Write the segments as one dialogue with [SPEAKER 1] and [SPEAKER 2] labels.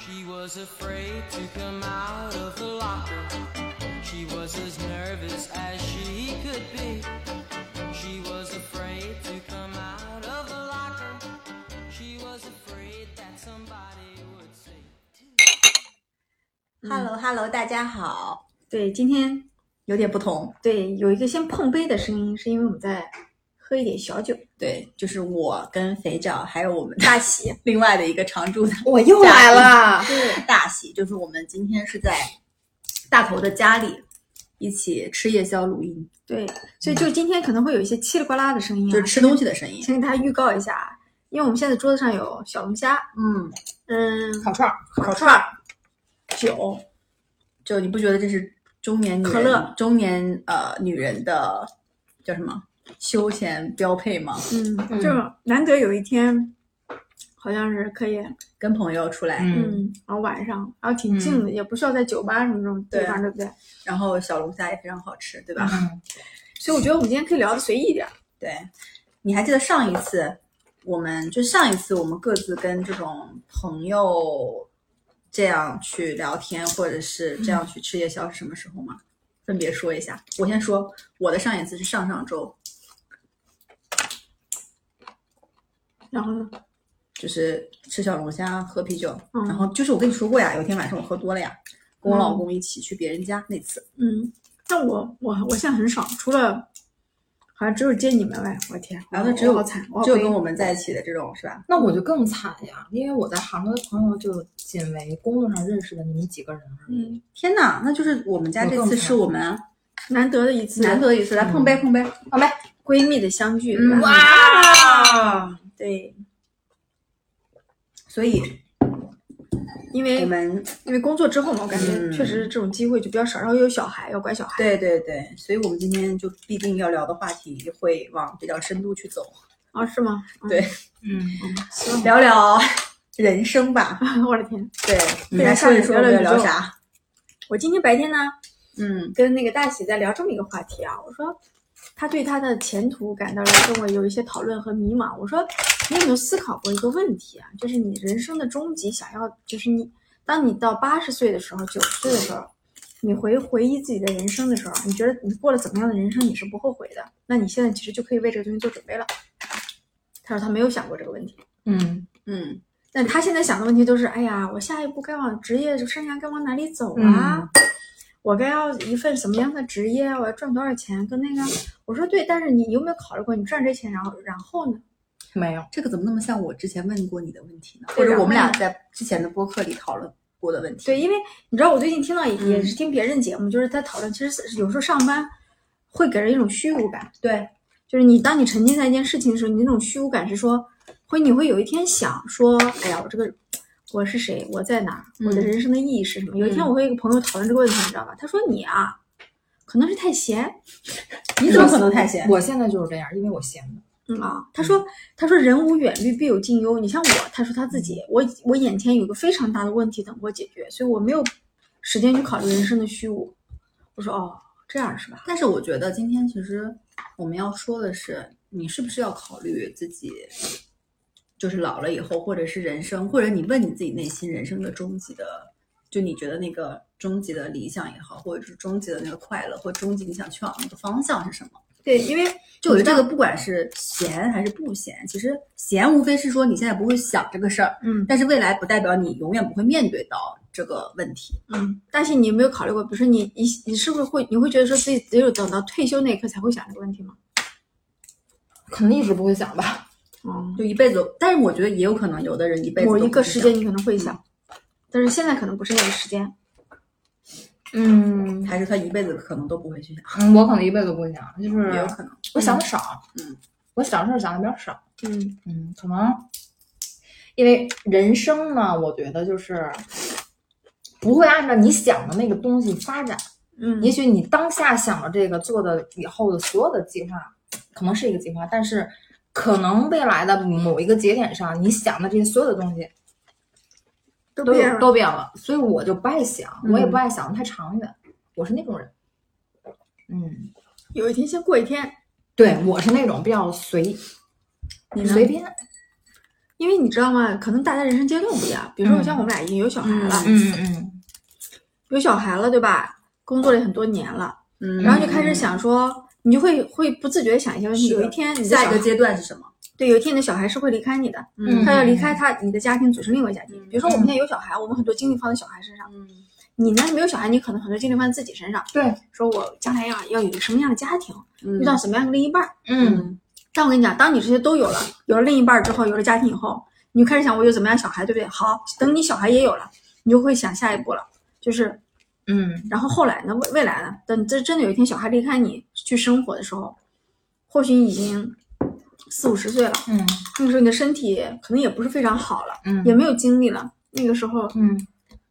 [SPEAKER 1] She was afraid to come out of the locker. She was as nervous as she could be. She was afraid to come out of the locker. She was afraid that somebody would see.
[SPEAKER 2] 嗯
[SPEAKER 3] Hello Hello，大家好，
[SPEAKER 4] 对，今天
[SPEAKER 3] 有点不同，
[SPEAKER 4] 对有一个先碰杯的声音，是因为我们在喝一点小酒。
[SPEAKER 3] 对，就是我跟肥皂，还有我们的
[SPEAKER 4] 大喜，
[SPEAKER 3] 另外的一个常驻的
[SPEAKER 2] 我又来了，
[SPEAKER 4] 对，
[SPEAKER 3] 大喜，就是我们今天是在大头的家里一起吃夜宵录音，
[SPEAKER 4] 对，所以就今天可能会有一些嘁哩呱啦的声音、啊，
[SPEAKER 3] 就是吃东西的声音。
[SPEAKER 4] 先给大家预告一下啊，因为我们现在桌子上有小龙虾，
[SPEAKER 3] 嗯，
[SPEAKER 4] 嗯，
[SPEAKER 2] 烤串儿，
[SPEAKER 4] 烤串儿，
[SPEAKER 3] 酒，就你不觉得这是中年女人
[SPEAKER 4] 可乐
[SPEAKER 3] 中年呃女人的叫什么休闲标配吗？
[SPEAKER 4] 嗯，
[SPEAKER 2] 嗯
[SPEAKER 4] 就是难得有一天，好像是可以，
[SPEAKER 3] 跟朋友出来，
[SPEAKER 2] 嗯
[SPEAKER 4] 嗯，然后晚上，然后挺近的，也不需要在酒吧什么这种地方，对不对？
[SPEAKER 3] 然后小龙虾也非常好吃，对吧？
[SPEAKER 2] 嗯
[SPEAKER 4] 所以我觉得我们今天可以聊的随意一点，
[SPEAKER 3] 对，你还记得上一次我们就上一次我们各自跟这种朋友这样去聊天，或者是这样去吃夜宵是什么时候吗？分别说一下。我先说我的上一次是上上周，
[SPEAKER 4] 然后呢，
[SPEAKER 3] 就是吃小龙虾喝啤酒，
[SPEAKER 4] 嗯
[SPEAKER 3] 然后就是我跟你说过呀，有一天晚上我喝多了呀，跟我老公一起去别人家那次，
[SPEAKER 4] 嗯，但我我我现在很少，除了。好像只有接你们喂，我天！
[SPEAKER 3] 然
[SPEAKER 4] 然
[SPEAKER 3] 后
[SPEAKER 4] 后
[SPEAKER 3] 啊只有
[SPEAKER 4] 好惨，
[SPEAKER 3] 只有
[SPEAKER 4] 要回
[SPEAKER 3] 跟我们在一起的这种是吧？
[SPEAKER 2] 那我就更惨呀，因为我在杭州的朋友就仅为工作上认识的你们几个人而已。
[SPEAKER 4] 嗯，
[SPEAKER 3] 天哪，那就是我们家
[SPEAKER 2] 我
[SPEAKER 3] 这
[SPEAKER 2] 更
[SPEAKER 3] 次
[SPEAKER 2] 惨
[SPEAKER 3] 是我们
[SPEAKER 4] 难得的一次
[SPEAKER 3] 难得的一次，来碰杯碰杯，
[SPEAKER 2] 好嘞，
[SPEAKER 4] 闺蜜的相聚，
[SPEAKER 3] 嗯
[SPEAKER 4] 对吧？
[SPEAKER 2] 哇，
[SPEAKER 4] 对，
[SPEAKER 3] 所以
[SPEAKER 4] 因
[SPEAKER 3] 我
[SPEAKER 4] 为
[SPEAKER 3] 们
[SPEAKER 4] 因为工作之后嘛，我感觉
[SPEAKER 3] 嗯
[SPEAKER 4] 确实这种机会就比较少，然后又有小孩要管小孩，
[SPEAKER 3] 对对对，所以我们今天就必定要聊的话题会往比较深度去走，
[SPEAKER 4] 啊，是吗？嗯
[SPEAKER 3] 对
[SPEAKER 2] 嗯，
[SPEAKER 4] 行，
[SPEAKER 3] 聊聊人生吧。
[SPEAKER 4] 我的天，
[SPEAKER 3] 对，你
[SPEAKER 4] 对
[SPEAKER 3] 来说一说我
[SPEAKER 4] 差
[SPEAKER 3] 们
[SPEAKER 4] 点
[SPEAKER 3] 要
[SPEAKER 4] 聊了
[SPEAKER 3] 聊
[SPEAKER 4] 宇宙
[SPEAKER 3] 啥？
[SPEAKER 4] 我今天白天呢
[SPEAKER 3] 嗯
[SPEAKER 4] 跟那个大喜在聊这么一个话题啊，我说他对他的前途感到了跟我有一些讨论和迷茫，我说你有没有思考过一个问题啊？就是你人生的终极想要，就是你当你到八十岁的时候、九十岁的时候。你回回忆自己的人生的时候，你觉得你过了怎么样的人生，你是不后悔的。那你现在其实就可以为这个东西做准备了。他说他没有想过这个问题，
[SPEAKER 2] 嗯，
[SPEAKER 3] 嗯，
[SPEAKER 4] 但他现在想的问题都是，哎呀，我下一步该往职业生涯该往哪里走啊？我该要一份什么样的职业？啊我要赚多少钱？跟那个，我说对，但是你有没有考虑过，你赚这钱，然后然后呢？
[SPEAKER 2] 没有，
[SPEAKER 3] 这个怎么那么像我之前问过你的问题呢？
[SPEAKER 4] 对
[SPEAKER 3] 或者我们
[SPEAKER 4] 然后
[SPEAKER 3] 俩在之前的播客里讨论过的问题？
[SPEAKER 4] 对，因为你知道，我最近听到也也是听别人节目，就是在讨论，其实是有时候上班会给人一种虚无感，
[SPEAKER 3] 对，
[SPEAKER 4] 就是你当你沉浸在一件事情的时候，你那种虚无感是说，会你会有一天想说，哎呀，我这个我是谁？我在哪儿？我的
[SPEAKER 3] 嗯
[SPEAKER 4] 人生的意义是什么？有一天我和一个朋友讨论这个问题，你知道吧？他说你啊，可能是太闲，
[SPEAKER 3] 你怎么可能太闲？
[SPEAKER 2] 我现在就是这样，因为我闲的。
[SPEAKER 4] 嗯啊，他说，他说人无远虑，必有近忧。你像我，他说他自己，我我眼前有个非常大的问题等我解决，所以我没有时间去考虑人生的虚无。我说哦，这样是吧？
[SPEAKER 3] 但是我觉得今天其实我们要说的是，你是不是要考虑自己，就是老了以后，或者是人生，或者你问你自己内心人生的终极的，就你觉得那个终极的理想也好，或者是终极的那个快乐，或终极你想去往那个方向是什么？
[SPEAKER 4] 对，因为
[SPEAKER 3] 就我觉得这个不管是闲还是不闲，其实闲无非是说你现在不会想这个事儿，
[SPEAKER 4] 嗯
[SPEAKER 3] 但是未来不代表你永远不会面对到这个问题。
[SPEAKER 4] 嗯，但是你有没有考虑过，比如说你你你是不是会你会觉得说自己只有等到退休那一刻才会想这个问题吗？
[SPEAKER 2] 可能一直不会想吧，
[SPEAKER 4] 哦、
[SPEAKER 3] 就一辈子，但是我觉得也有可能，有的人一辈子
[SPEAKER 4] 某
[SPEAKER 3] 都不
[SPEAKER 4] 一
[SPEAKER 3] 嗯
[SPEAKER 4] 个
[SPEAKER 3] 会
[SPEAKER 4] 时
[SPEAKER 3] 想
[SPEAKER 4] 间你可能会想，但是现在可能不是那个时间。
[SPEAKER 2] 嗯，
[SPEAKER 3] 还是他一辈子可能都不会去想。
[SPEAKER 2] 嗯我可能一辈子都不会想，就是
[SPEAKER 3] 也有可能。
[SPEAKER 2] 我想的少，
[SPEAKER 3] 嗯，
[SPEAKER 2] 我想事儿想的比较少，
[SPEAKER 4] 嗯
[SPEAKER 2] 嗯，可能因为人生呢，我觉得就是不会按照你想的那个东西发展。
[SPEAKER 4] 嗯，
[SPEAKER 2] 也许你当下想的这个做的以后的所有的计划，可能是一个计划，但是可能未来的某一个节点上，你想的这些所有的东西
[SPEAKER 4] 都
[SPEAKER 2] 都
[SPEAKER 4] 变
[SPEAKER 2] 有
[SPEAKER 4] 了
[SPEAKER 2] 都变了。所以我就不爱想，
[SPEAKER 3] 嗯
[SPEAKER 2] 我也不爱想的太长远，我是那种人。嗯，
[SPEAKER 4] 有一天先过一天。
[SPEAKER 2] 对，我是那种比较随
[SPEAKER 3] 你呢
[SPEAKER 2] 随便，
[SPEAKER 4] 因为你知道吗？可能大家人生阶段不一样，比如说
[SPEAKER 2] 嗯
[SPEAKER 4] 像我们俩已经有小孩了，
[SPEAKER 2] 嗯嗯
[SPEAKER 4] 有小孩了，对吧？工作了很多年了，
[SPEAKER 3] 嗯
[SPEAKER 4] 然后就开始想说，你就会会不自觉地想一些问题。
[SPEAKER 3] 是的
[SPEAKER 4] 有一天，你的
[SPEAKER 3] 下
[SPEAKER 4] 小
[SPEAKER 3] 一个
[SPEAKER 4] 孩
[SPEAKER 3] 阶段是什么？
[SPEAKER 4] 对，有一天你的小孩是会离开你的，
[SPEAKER 2] 嗯
[SPEAKER 4] 他要离开他你的家庭，组成另外一个家庭。比如说我们现在有小孩，我们很多精力放在小孩身上。
[SPEAKER 3] 嗯
[SPEAKER 4] 你呢没有小孩，你可能很多精力放在自己身上。
[SPEAKER 2] 对，
[SPEAKER 4] 说我将来要要有一个什么样的家庭，
[SPEAKER 3] 嗯
[SPEAKER 4] 遇到什么样的另一半儿。
[SPEAKER 2] 嗯
[SPEAKER 4] 但我跟你讲，当你这些都有了，有了另一半儿之后，有了家庭以后，你就开始想我有怎么样小孩，对不对？好，等你小孩也有了，你就会想下一步了，就是
[SPEAKER 2] 嗯
[SPEAKER 4] 然后后来呢，未未来呢，等这真的有一天小孩离开你去生活的时候，或许你已经四五十岁了，
[SPEAKER 2] 嗯
[SPEAKER 4] 那个时候你的身体可能也不是非常好了，
[SPEAKER 2] 嗯
[SPEAKER 4] 也没有精力了，那个时候
[SPEAKER 2] 嗯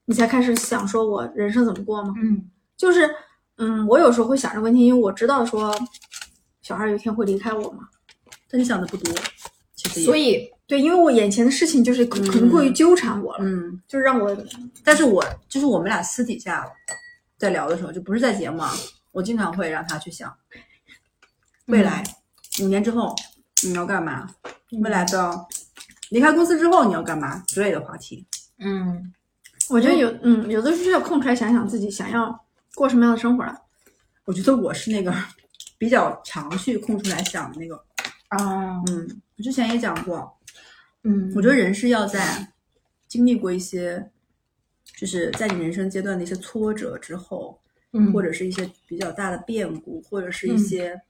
[SPEAKER 4] 你才开始想说我人生怎么过吗？
[SPEAKER 2] 嗯
[SPEAKER 4] 就是，嗯，我有时候会想这个问题，因为我知道说小孩有一天会离开我嘛，
[SPEAKER 3] 但你想的不多，其实也
[SPEAKER 2] 所以
[SPEAKER 4] 对，因为我眼前的事情就是可可能过于纠缠我了，
[SPEAKER 3] 嗯，
[SPEAKER 4] 就是让我
[SPEAKER 3] 但是我就是我们俩私底下在聊的时候，就不是在节目啊，我经常会让他去想
[SPEAKER 2] 嗯
[SPEAKER 3] 未来五年之后你要干嘛，
[SPEAKER 2] 嗯
[SPEAKER 3] 未来的离开公司之后你要干嘛之类的话题。
[SPEAKER 2] 嗯
[SPEAKER 4] 我觉得有，嗯，有的时候要空出来想想自己想要过什么样的生活了。
[SPEAKER 3] 我觉得我是那个 比较常去空出来想的那个，
[SPEAKER 2] 啊
[SPEAKER 3] 嗯，我之前也讲过，
[SPEAKER 2] 嗯
[SPEAKER 3] 我觉得人是要在经历过一些，就是在你人生阶段的一些挫折之后，
[SPEAKER 2] 嗯
[SPEAKER 3] 或者是一些比较大的变故，或者是一
[SPEAKER 2] 嗯
[SPEAKER 3] 些，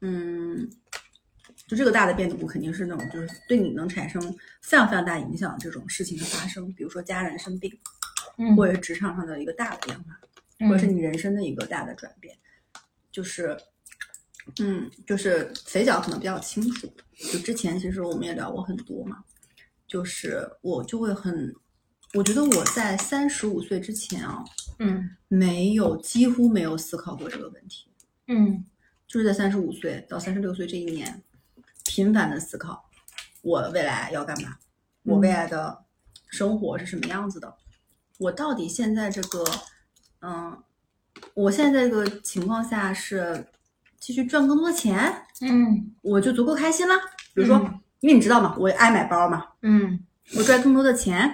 [SPEAKER 3] 嗯，就这个大的变故肯定是那种就是对你能产生非常非常大影响的这种事情的发生，比如说家人生病，
[SPEAKER 2] 嗯
[SPEAKER 3] 或者职场上的一个大的变化，或者是你人生的一个大的转变，就是，嗯，就是肥脚可能比较清楚，就之前其实我们也聊过很多嘛，就是我就会很，我觉得我在三十五岁之前啊，
[SPEAKER 2] 嗯
[SPEAKER 3] 没有几乎没有思考过这个问题，
[SPEAKER 2] 嗯
[SPEAKER 3] 就是在三十五岁到三十六岁这一年，频繁的思考我未来要干嘛，我未来的生活是什么样子的，我到底现在这个，嗯，我现在这个情况下是继续赚更多的钱，
[SPEAKER 2] 嗯
[SPEAKER 3] 我就足够开心了。比如说，
[SPEAKER 2] 嗯
[SPEAKER 3] 因为你知道嘛，我爱买包嘛，
[SPEAKER 2] 嗯
[SPEAKER 3] 我赚更多的钱，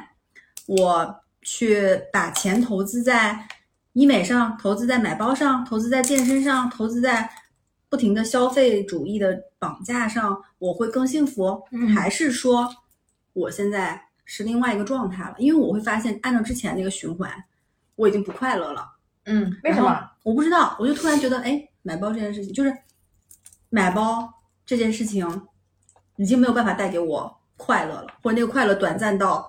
[SPEAKER 3] 我去把钱投资在医美上，投资在买包上，投资在健身上，投资在不停的消费主义的绑架上，我会更幸福，
[SPEAKER 2] 嗯
[SPEAKER 3] 还是说我现在是另外一个状态了？因为我会发现，按照之前那个循环，我已经不快乐了。
[SPEAKER 2] 嗯，为什
[SPEAKER 3] 然
[SPEAKER 2] 么
[SPEAKER 3] 后？我不知道，我就突然觉得，哎，买包这件事情，就是买包这件事情，已经没有办法带给我快乐了，或者那个快乐短暂到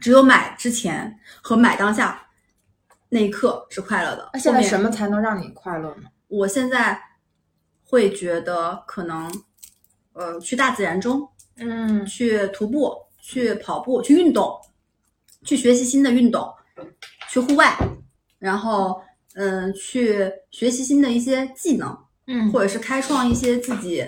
[SPEAKER 3] 只有买之前和买当下那一刻是快乐的。
[SPEAKER 2] 那现在
[SPEAKER 3] 后面
[SPEAKER 2] 什么才能让你快乐呢？
[SPEAKER 3] 我现在会觉得可能，呃，去大自然中，
[SPEAKER 2] 嗯
[SPEAKER 3] 去徒步、去跑步、去运动、去学习新的运动、去户外，然后嗯，去学习新的一些技能，
[SPEAKER 2] 嗯
[SPEAKER 3] 或者是开创一些自己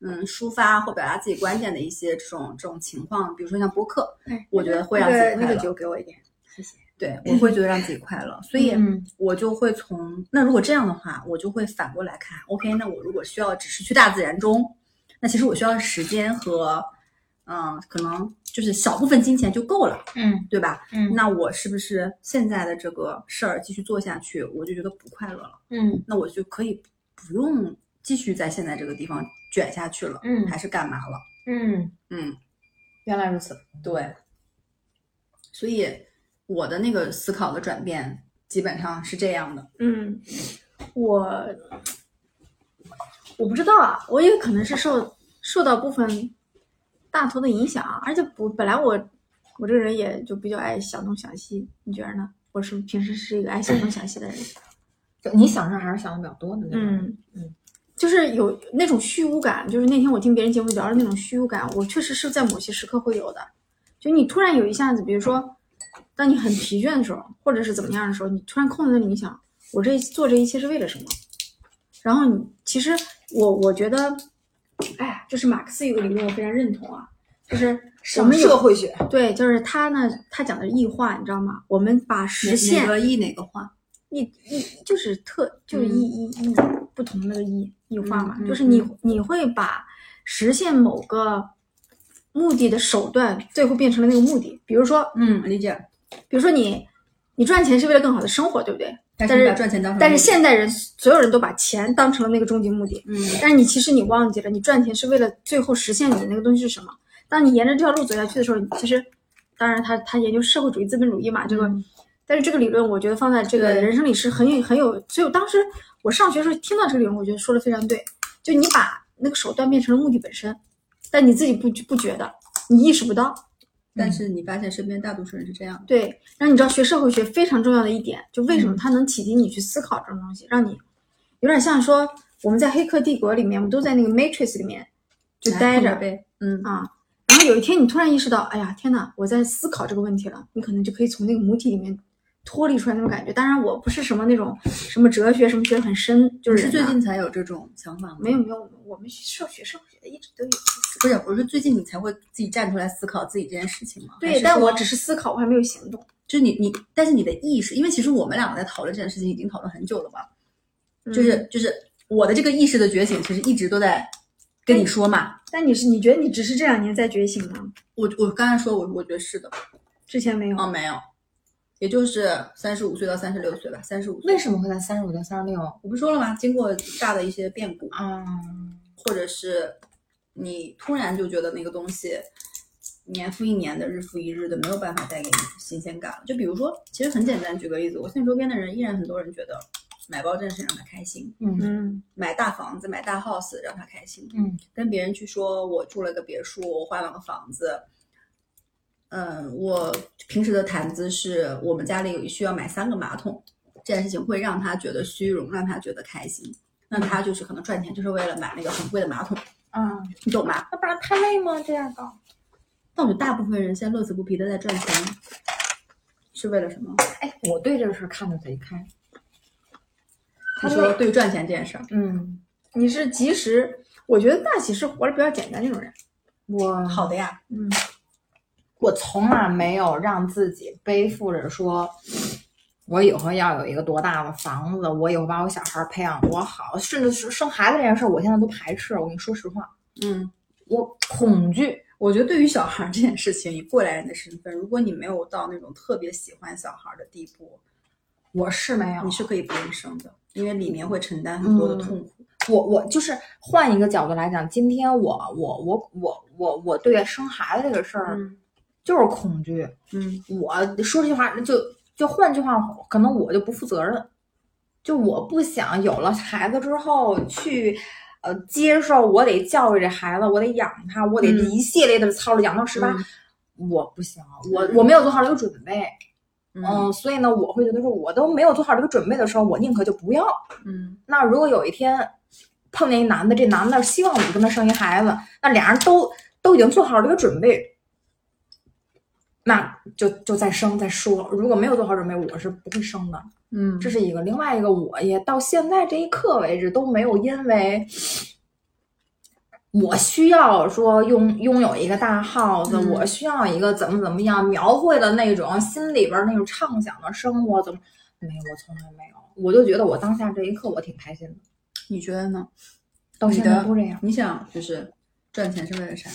[SPEAKER 3] 嗯抒发或表达自己观点的一些这种这种情况，比如说像播客，我觉得会让自己快乐。
[SPEAKER 4] 那个酒给我一点，谢谢。
[SPEAKER 3] 对，我会觉得让自己快乐，所以
[SPEAKER 2] 嗯
[SPEAKER 3] 我就会从那如果这样的话，我就会反过来看，OK，那我如果需要只是去大自然中，那其实我需要的时间和嗯、呃可能就是小部分金钱就够了，
[SPEAKER 2] 嗯
[SPEAKER 3] 对吧？
[SPEAKER 2] 嗯
[SPEAKER 3] 那我是不是现在的这个事儿继续做下去，我就觉得不快乐了？
[SPEAKER 2] 嗯
[SPEAKER 3] 那我就可以不用继续在现在这个地方卷下去了，
[SPEAKER 2] 嗯
[SPEAKER 3] 还是干嘛了？
[SPEAKER 2] 嗯，
[SPEAKER 3] 嗯，
[SPEAKER 2] 原来如此。
[SPEAKER 3] 对，所以我的那个思考的转变基本上是这样的。
[SPEAKER 4] 嗯，我我不知道啊，我也可能是受受到部分大头的影响啊，而且不，本来我我这个人也就比较爱想东想西，你觉得呢？我是平时是一个爱想东想西的人，
[SPEAKER 2] 就你想事儿还是想的比较多的那种。
[SPEAKER 4] 嗯
[SPEAKER 2] 嗯，
[SPEAKER 4] 就是有那种虚无感，就是那天我听别人节目聊的那种虚无感，我确实是在某些时刻会有的。就你突然有一下子，比如说，当你很疲倦的时候，或者是怎么样的时候，你突然空在那里，你想，我这做这一切是为了什么？然后你其实我我觉得，哎呀，就是马克思有个理论我非常认同啊，就是我们有
[SPEAKER 2] 会学。
[SPEAKER 4] 对，就是他呢，他讲的是异化，你知道吗？我们把实现
[SPEAKER 3] 哪个意哪个化？
[SPEAKER 4] 异异就是特就是异异异不同那个异异化嘛，
[SPEAKER 3] 嗯嗯
[SPEAKER 4] 就是你你会把实现某个目的的手段最后变成了那个目的。比如说，
[SPEAKER 3] 嗯，理解。
[SPEAKER 4] 比如说你，你赚钱是为了更好的生活，对不对？
[SPEAKER 3] 但
[SPEAKER 4] 但
[SPEAKER 3] 是你
[SPEAKER 4] 是
[SPEAKER 3] 把赚钱当成
[SPEAKER 4] 但是
[SPEAKER 3] 目的
[SPEAKER 4] 现代人所有人都把钱当成了那个终极目的，
[SPEAKER 3] 嗯
[SPEAKER 4] 但是你其实你忘记了，你赚钱是为了最后实现你那个东西是什么。当你沿着这条路走下去的时候，你其实，当然他他研究社会主义资本主义嘛，这个，但是这个理论我觉得放在这个
[SPEAKER 3] 嗯对
[SPEAKER 4] 人生里是很有很有，所以我当时我上学的时候听到这个理论，我觉得说的非常对，就你把那个手段变成了目的本身，但你自己不不觉得，你意识不到，
[SPEAKER 3] 但是你发现身边大多数人是这样的，
[SPEAKER 4] 对，然后你知道学社会学非常重要的一点，就为什么它能启迪你去思考这种东西，让你有点像说我们在《黑客帝国》里面，我们都在那个 Matrix 里面就
[SPEAKER 3] 来
[SPEAKER 4] 待
[SPEAKER 3] 碰
[SPEAKER 4] 着
[SPEAKER 3] 呗，嗯，
[SPEAKER 4] 啊，然后有一天你突然意识到，哎呀，天呐，我在思考这个问题了，你可能就可以从那个母体里面脱离出来那种感觉。当然，我不是什么那种什么哲学，什么学得很深，就
[SPEAKER 3] 你
[SPEAKER 4] 是
[SPEAKER 3] 是
[SPEAKER 4] 人
[SPEAKER 3] 最
[SPEAKER 4] 啊
[SPEAKER 3] 近才有这种想法吗？
[SPEAKER 4] 没有，没有，我们社学社会学的一直都有。
[SPEAKER 3] 不是，我是最近你才会自己站出来思考自己这件事情吗？还
[SPEAKER 4] 对，
[SPEAKER 3] 是
[SPEAKER 4] 但
[SPEAKER 3] 说
[SPEAKER 4] 我只是思考，我还没有行动。
[SPEAKER 3] 就是你你，但是你的意识，因为其实我们两个在讨论这件事情已经讨论很久了嘛，
[SPEAKER 4] 嗯
[SPEAKER 3] 就是就是我的这个意识的觉醒，其实一直都在跟你说嘛。
[SPEAKER 4] 但你是你觉得你只是这两年在觉醒吗？
[SPEAKER 3] 我我刚才说我我觉得是的，
[SPEAKER 4] 之前没有。
[SPEAKER 3] 哦没有，也就是三十五岁到三十六岁吧，三十五岁
[SPEAKER 2] 为。什么会在三十五到三十六？
[SPEAKER 3] 我不说了吗？经过大的一些变故，
[SPEAKER 2] 啊，
[SPEAKER 3] 或者是你突然就觉得那个东西年复一年的、日复一日的没有办法带给你新鲜感了。就比如说，其实很简单，举个例子，我现在周边的人依然很多人觉得买包这件事情让他开心，
[SPEAKER 2] 嗯
[SPEAKER 4] 嗯
[SPEAKER 3] 买大房子、买大 house 让他开心，
[SPEAKER 2] 嗯，
[SPEAKER 3] 跟别人去说我住了个别墅，我换了个房子。嗯，我平时的谈资是我们家里有需要买三个马桶，这件事情会让他觉得虚荣，让他觉得开心。那他就是可能赚钱就是为了买那个很贵的马桶，
[SPEAKER 2] 啊，
[SPEAKER 3] 你懂吗？
[SPEAKER 2] 那不然太累吗？这样搞？
[SPEAKER 3] 但我觉得大部分人现在乐此不疲的在赚钱，是为了什么？
[SPEAKER 2] 哎，我对这个事儿看得贼开。
[SPEAKER 3] 你说对于赚钱这件事儿，
[SPEAKER 2] 嗯，
[SPEAKER 4] 你是及时，我觉得大喜事活着比较简单这种人。
[SPEAKER 2] 我
[SPEAKER 3] 好的呀，
[SPEAKER 4] 嗯，
[SPEAKER 2] 我从来没有让自己背负着说，我以后要有一个多大的房子，我以后把我小孩培养多好，甚至是生孩子这件事儿，我现在都排斥。我跟你说实话，
[SPEAKER 3] 嗯，
[SPEAKER 2] 我恐惧。
[SPEAKER 3] 我觉得对于小孩儿这件事情，以过来人的身份，如果你没有到那种特别喜欢小孩儿的地步，
[SPEAKER 2] 我是没有
[SPEAKER 3] 你，是可以不用生的，因为里面会承担很多的痛苦。
[SPEAKER 2] 我我就是换一个角度来讲，今天我我我我我我对生孩子这个事儿
[SPEAKER 3] 嗯
[SPEAKER 2] 就是恐惧。
[SPEAKER 3] 嗯
[SPEAKER 2] 我说句话，就就换句话，可能我就不负责任，就我不想有了孩子之后去，呃，接受我得教育这孩子，我得养他，我得
[SPEAKER 3] 嗯
[SPEAKER 2] 一系列的操作养到十八、
[SPEAKER 3] 嗯
[SPEAKER 2] 我不行，我
[SPEAKER 3] 嗯
[SPEAKER 2] 我没有做好这个准备，
[SPEAKER 3] 嗯
[SPEAKER 2] 嗯，所以呢，我会觉得说，我都没有做好这个准备的时候，我宁可就不要。
[SPEAKER 3] 嗯
[SPEAKER 2] 那如果有一天碰见一男的，这男的希望我跟他生一孩子，那俩人都都已经做好了这个准备，那就就再生再说。如果没有做好准备，我是不会生的。
[SPEAKER 3] 嗯，
[SPEAKER 2] 这是一个，另外一个，我也到现在这一刻为止都没有因为。我需要说拥拥有一个大 house，、
[SPEAKER 3] 嗯
[SPEAKER 2] 我需要一个怎么怎么样描绘的那种心里边儿那种畅想的生活，怎么没有？我从来没有，我就觉得我当下这一刻我挺开心的。
[SPEAKER 4] 嗯
[SPEAKER 3] 你觉得呢？
[SPEAKER 2] 到
[SPEAKER 3] 你
[SPEAKER 2] 现在
[SPEAKER 3] 的
[SPEAKER 2] 都这样。
[SPEAKER 3] 你想就是赚钱是为了啥？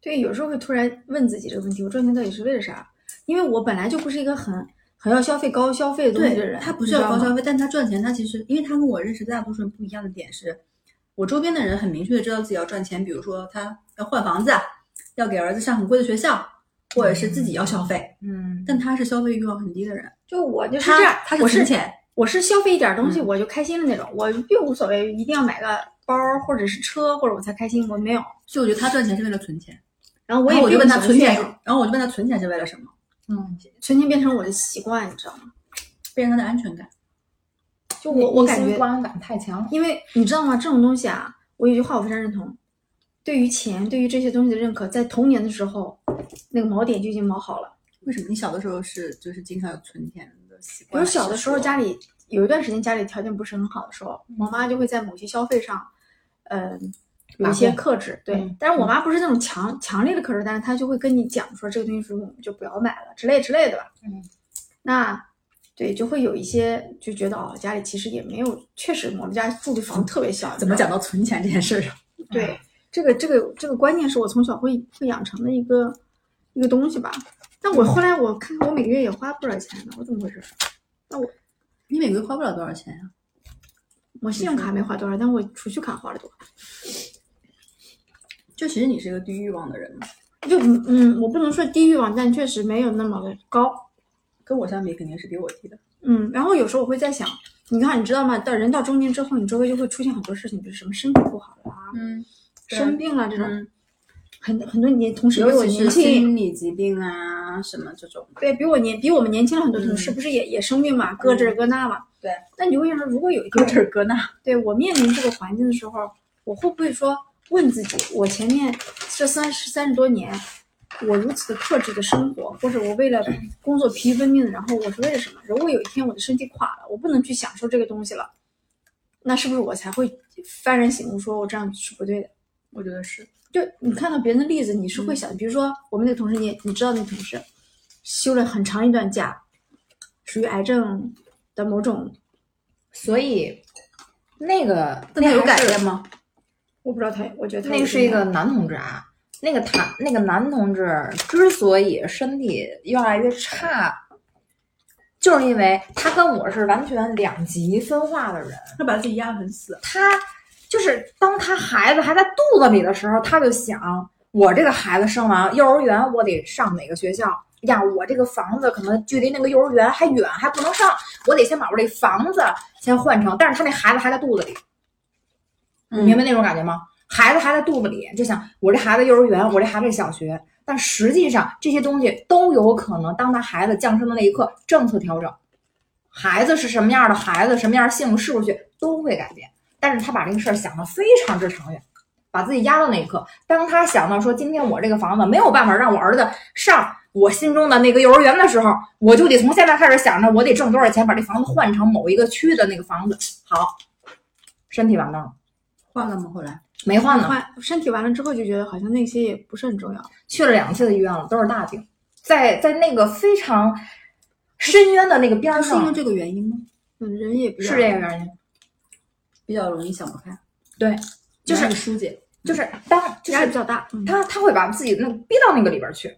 [SPEAKER 4] 对，有时候会突然问自己这个问题：我赚钱到底是为了啥？因为我本来就不是一个很很要消费、高消费的东西的人，
[SPEAKER 3] 他不
[SPEAKER 4] 你
[SPEAKER 3] 是
[SPEAKER 4] 知
[SPEAKER 3] 要
[SPEAKER 4] 道
[SPEAKER 3] 高
[SPEAKER 4] 吗
[SPEAKER 3] 消费，但他赚钱，他其实因为他跟我认识大多数人不一样的点是，我周边的人很明确的知道自己要赚钱，比如说他要换房子，啊要给儿子上很贵的学校，或者是自己要消费，
[SPEAKER 2] 嗯，
[SPEAKER 3] 但他是消费欲望很低的人，
[SPEAKER 4] 就我就是这样
[SPEAKER 3] 他，他
[SPEAKER 4] 我
[SPEAKER 3] 是
[SPEAKER 4] 是
[SPEAKER 3] 存钱，
[SPEAKER 4] 我是消费一点东西
[SPEAKER 3] 嗯
[SPEAKER 4] 我就开心的那种，我并无所谓一定要买个包儿或者是车或者我才开心，我没有。
[SPEAKER 3] 所以我觉得他赚钱是为了存钱。
[SPEAKER 4] 然后我
[SPEAKER 3] 然
[SPEAKER 4] 也
[SPEAKER 3] 后我就
[SPEAKER 4] 并
[SPEAKER 3] 问他
[SPEAKER 4] 不喜欢
[SPEAKER 3] 存钱是
[SPEAKER 4] 炫耀，
[SPEAKER 3] 然后我就问他存钱是为了什么？
[SPEAKER 2] 嗯，
[SPEAKER 4] 存钱变成我的习惯，你知道吗？
[SPEAKER 3] 变成他的安全感。
[SPEAKER 2] 就
[SPEAKER 4] 我我感觉
[SPEAKER 2] 不安感太强。
[SPEAKER 4] 因为你知道吗？这种东西啊，我有句话我非常认同，对于钱，对于这些东西的认可，在童年的时候，那个锚点就已经锚好了。
[SPEAKER 3] 为什么你小的时候是就是经常有存钱的习
[SPEAKER 4] 比
[SPEAKER 3] 惯？
[SPEAKER 4] 如小的时候
[SPEAKER 3] 还是嗯说
[SPEAKER 4] 家里有一段时间家里条件不是很好的时候，我妈就会在某些消费上，嗯、有一些
[SPEAKER 2] 把控
[SPEAKER 4] 克制。对，
[SPEAKER 2] 嗯
[SPEAKER 4] 但是我妈不是那种强强烈的克制，但是她就会跟你讲说这个东西我们就不要买了之类之类的吧。
[SPEAKER 2] 嗯，
[SPEAKER 4] 那对就会有一些就觉得哦，家里其实也没有，确实我们家住的房特别小，
[SPEAKER 3] 怎么
[SPEAKER 4] 你知道
[SPEAKER 3] 讲
[SPEAKER 4] 吗？
[SPEAKER 3] 到存钱这件事上？
[SPEAKER 4] 对，这个这个这个观念是我从小会会养成的一个一个东西吧。但我后来我看看，我每个月也花不少钱呢，我怎么回事？
[SPEAKER 3] 你每个月花不了多少钱啊呀、
[SPEAKER 4] 我信用卡没花多少，但我储蓄卡花了多。
[SPEAKER 3] 就其实你是一个低欲望的人嘛，
[SPEAKER 4] 就嗯，我不能说低欲望，但确实没有那么的高。
[SPEAKER 3] 跟我相比肯定是比我低的。
[SPEAKER 4] 嗯，然后有时候我会在想，你看，你知道吗？到人到中年之后，你周围就会出现很多事情，比如什么身体不好了啊，
[SPEAKER 3] 嗯，对啊
[SPEAKER 4] 生病了这种，
[SPEAKER 3] 嗯
[SPEAKER 4] 很很多年同事比
[SPEAKER 3] 尤
[SPEAKER 4] 我
[SPEAKER 3] 其
[SPEAKER 4] 年
[SPEAKER 3] 是
[SPEAKER 4] 轻，
[SPEAKER 3] 心理疾病啊什么这种。
[SPEAKER 4] 对比我年比我们年轻了很多同事，
[SPEAKER 3] 嗯
[SPEAKER 4] 不是也也生病嘛，搁这儿搁那嘛。
[SPEAKER 3] 对。
[SPEAKER 4] 但你会想，如果有一
[SPEAKER 3] 搁
[SPEAKER 4] 天
[SPEAKER 3] 这儿搁那，
[SPEAKER 4] 对我面临这个环境的时候，我会不会说问自己，我前面这三十三十多年，我如此的克制的生活，或者我为了工作疲于奔命，然后我是为了什么？如果有一天我的身体垮了，我不能去享受这个东西了，那是不是我才会幡然醒悟，说我这样是不对的？
[SPEAKER 3] 我觉得是。
[SPEAKER 4] 就你看到别人的例子，你是会想，比如说我们那个同事，你你知道那个同事休了很长一段假，属于癌症的某种，
[SPEAKER 2] 所以那个
[SPEAKER 3] 但他有改
[SPEAKER 2] 变吗？
[SPEAKER 3] 变吗？
[SPEAKER 4] 我不知道他，我觉得他
[SPEAKER 2] 那个
[SPEAKER 4] 有
[SPEAKER 2] 是一
[SPEAKER 4] 什么
[SPEAKER 2] 个男同志啊，那个他那个男同志之所以身体越来越差，就是因为他跟我是完全两极分化的人。
[SPEAKER 3] 他把自己压得很死。啊
[SPEAKER 2] 他就是当他孩子还在肚子里的时候，他就想，我这个孩子生完幼儿园，我得上哪个学校呀？我这个房子可能距离那个幼儿园还远，还不能上，我得先把我这房子先换成。但是他那孩子还在肚子里，
[SPEAKER 3] 嗯
[SPEAKER 2] 你明白那种感觉吗？孩子还在肚子里，就想我这孩子幼儿园，我这孩子小学，但实际上这些东西都有可能，当他孩子降生的那一刻，政策调整，孩子是什么样的孩子，什么样的性是不是都会改变。但是他把这个事儿想得非常之长远，把自己压到那一刻。当他想到说今天我这个房子没有办法让我儿子上我心中的那个幼儿园的时候，我就得从现在开始想着我得挣多少钱把这房子换成某一个区的那个房子。好，身体完蛋了，
[SPEAKER 3] 换了吗？后来
[SPEAKER 2] 没换呢。
[SPEAKER 4] 换身体完了之后，就觉得好像那些也不是很重要。
[SPEAKER 2] 去了两次的医院了，都是大病，在在那个非常深渊的那个边
[SPEAKER 3] 他
[SPEAKER 2] 儿
[SPEAKER 3] 是因为
[SPEAKER 2] 上，
[SPEAKER 3] 这个原因吗？
[SPEAKER 4] 嗯，人也比较
[SPEAKER 2] 是这个原因。
[SPEAKER 3] 比较容易想不开，
[SPEAKER 2] 对，就是
[SPEAKER 3] 难以疏解。
[SPEAKER 2] 就是当就
[SPEAKER 4] 压力
[SPEAKER 2] 是
[SPEAKER 4] 比较大。嗯，
[SPEAKER 2] 他他会把自己那个逼到那个里边儿去，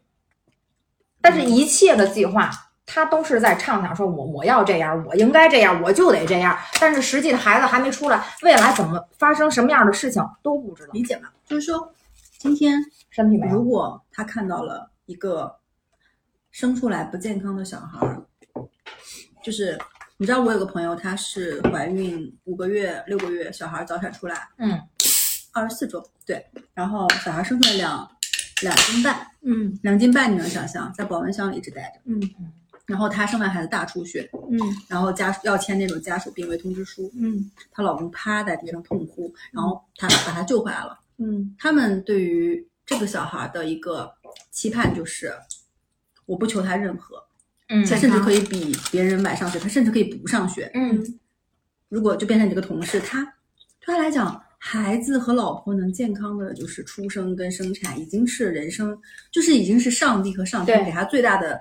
[SPEAKER 2] 但是一切的计划，他都是在畅想说我我要这样，我应该这样，我就得这样。但是实际的孩子还没出来，未来怎么发生什么样的事情都不知道，
[SPEAKER 3] 理解吧，就是说，今天
[SPEAKER 2] 身体没有
[SPEAKER 3] 如果他看到了一个生出来不健康的小孩儿，就是你知道，我有个朋友，她是怀孕五个月、六个月，小孩儿早产出来，
[SPEAKER 2] 嗯，
[SPEAKER 3] 二十四周，对，然后小孩儿生出来两两斤半，
[SPEAKER 4] 嗯
[SPEAKER 3] 两斤半你能想象，在保温箱里一直待着，
[SPEAKER 4] 嗯
[SPEAKER 3] 然后她生完孩子大出血，
[SPEAKER 4] 嗯
[SPEAKER 3] 然后家属要签那种家属病危通知书，
[SPEAKER 4] 嗯
[SPEAKER 3] 她老公趴在地上痛哭，然后她把她救回来了。
[SPEAKER 4] 嗯
[SPEAKER 3] 他们对于这个小孩的一个期盼就是，我不求他任何，
[SPEAKER 2] 嗯
[SPEAKER 3] 他甚至可以比别人晚上学，他甚至可以不上学。
[SPEAKER 2] 嗯
[SPEAKER 3] 如果就变成你这个同事，他对他来讲，孩子和老婆能健康的就是出生跟生产，已经是人生，就是已经是上帝和上天
[SPEAKER 2] 对
[SPEAKER 3] 给他最大的。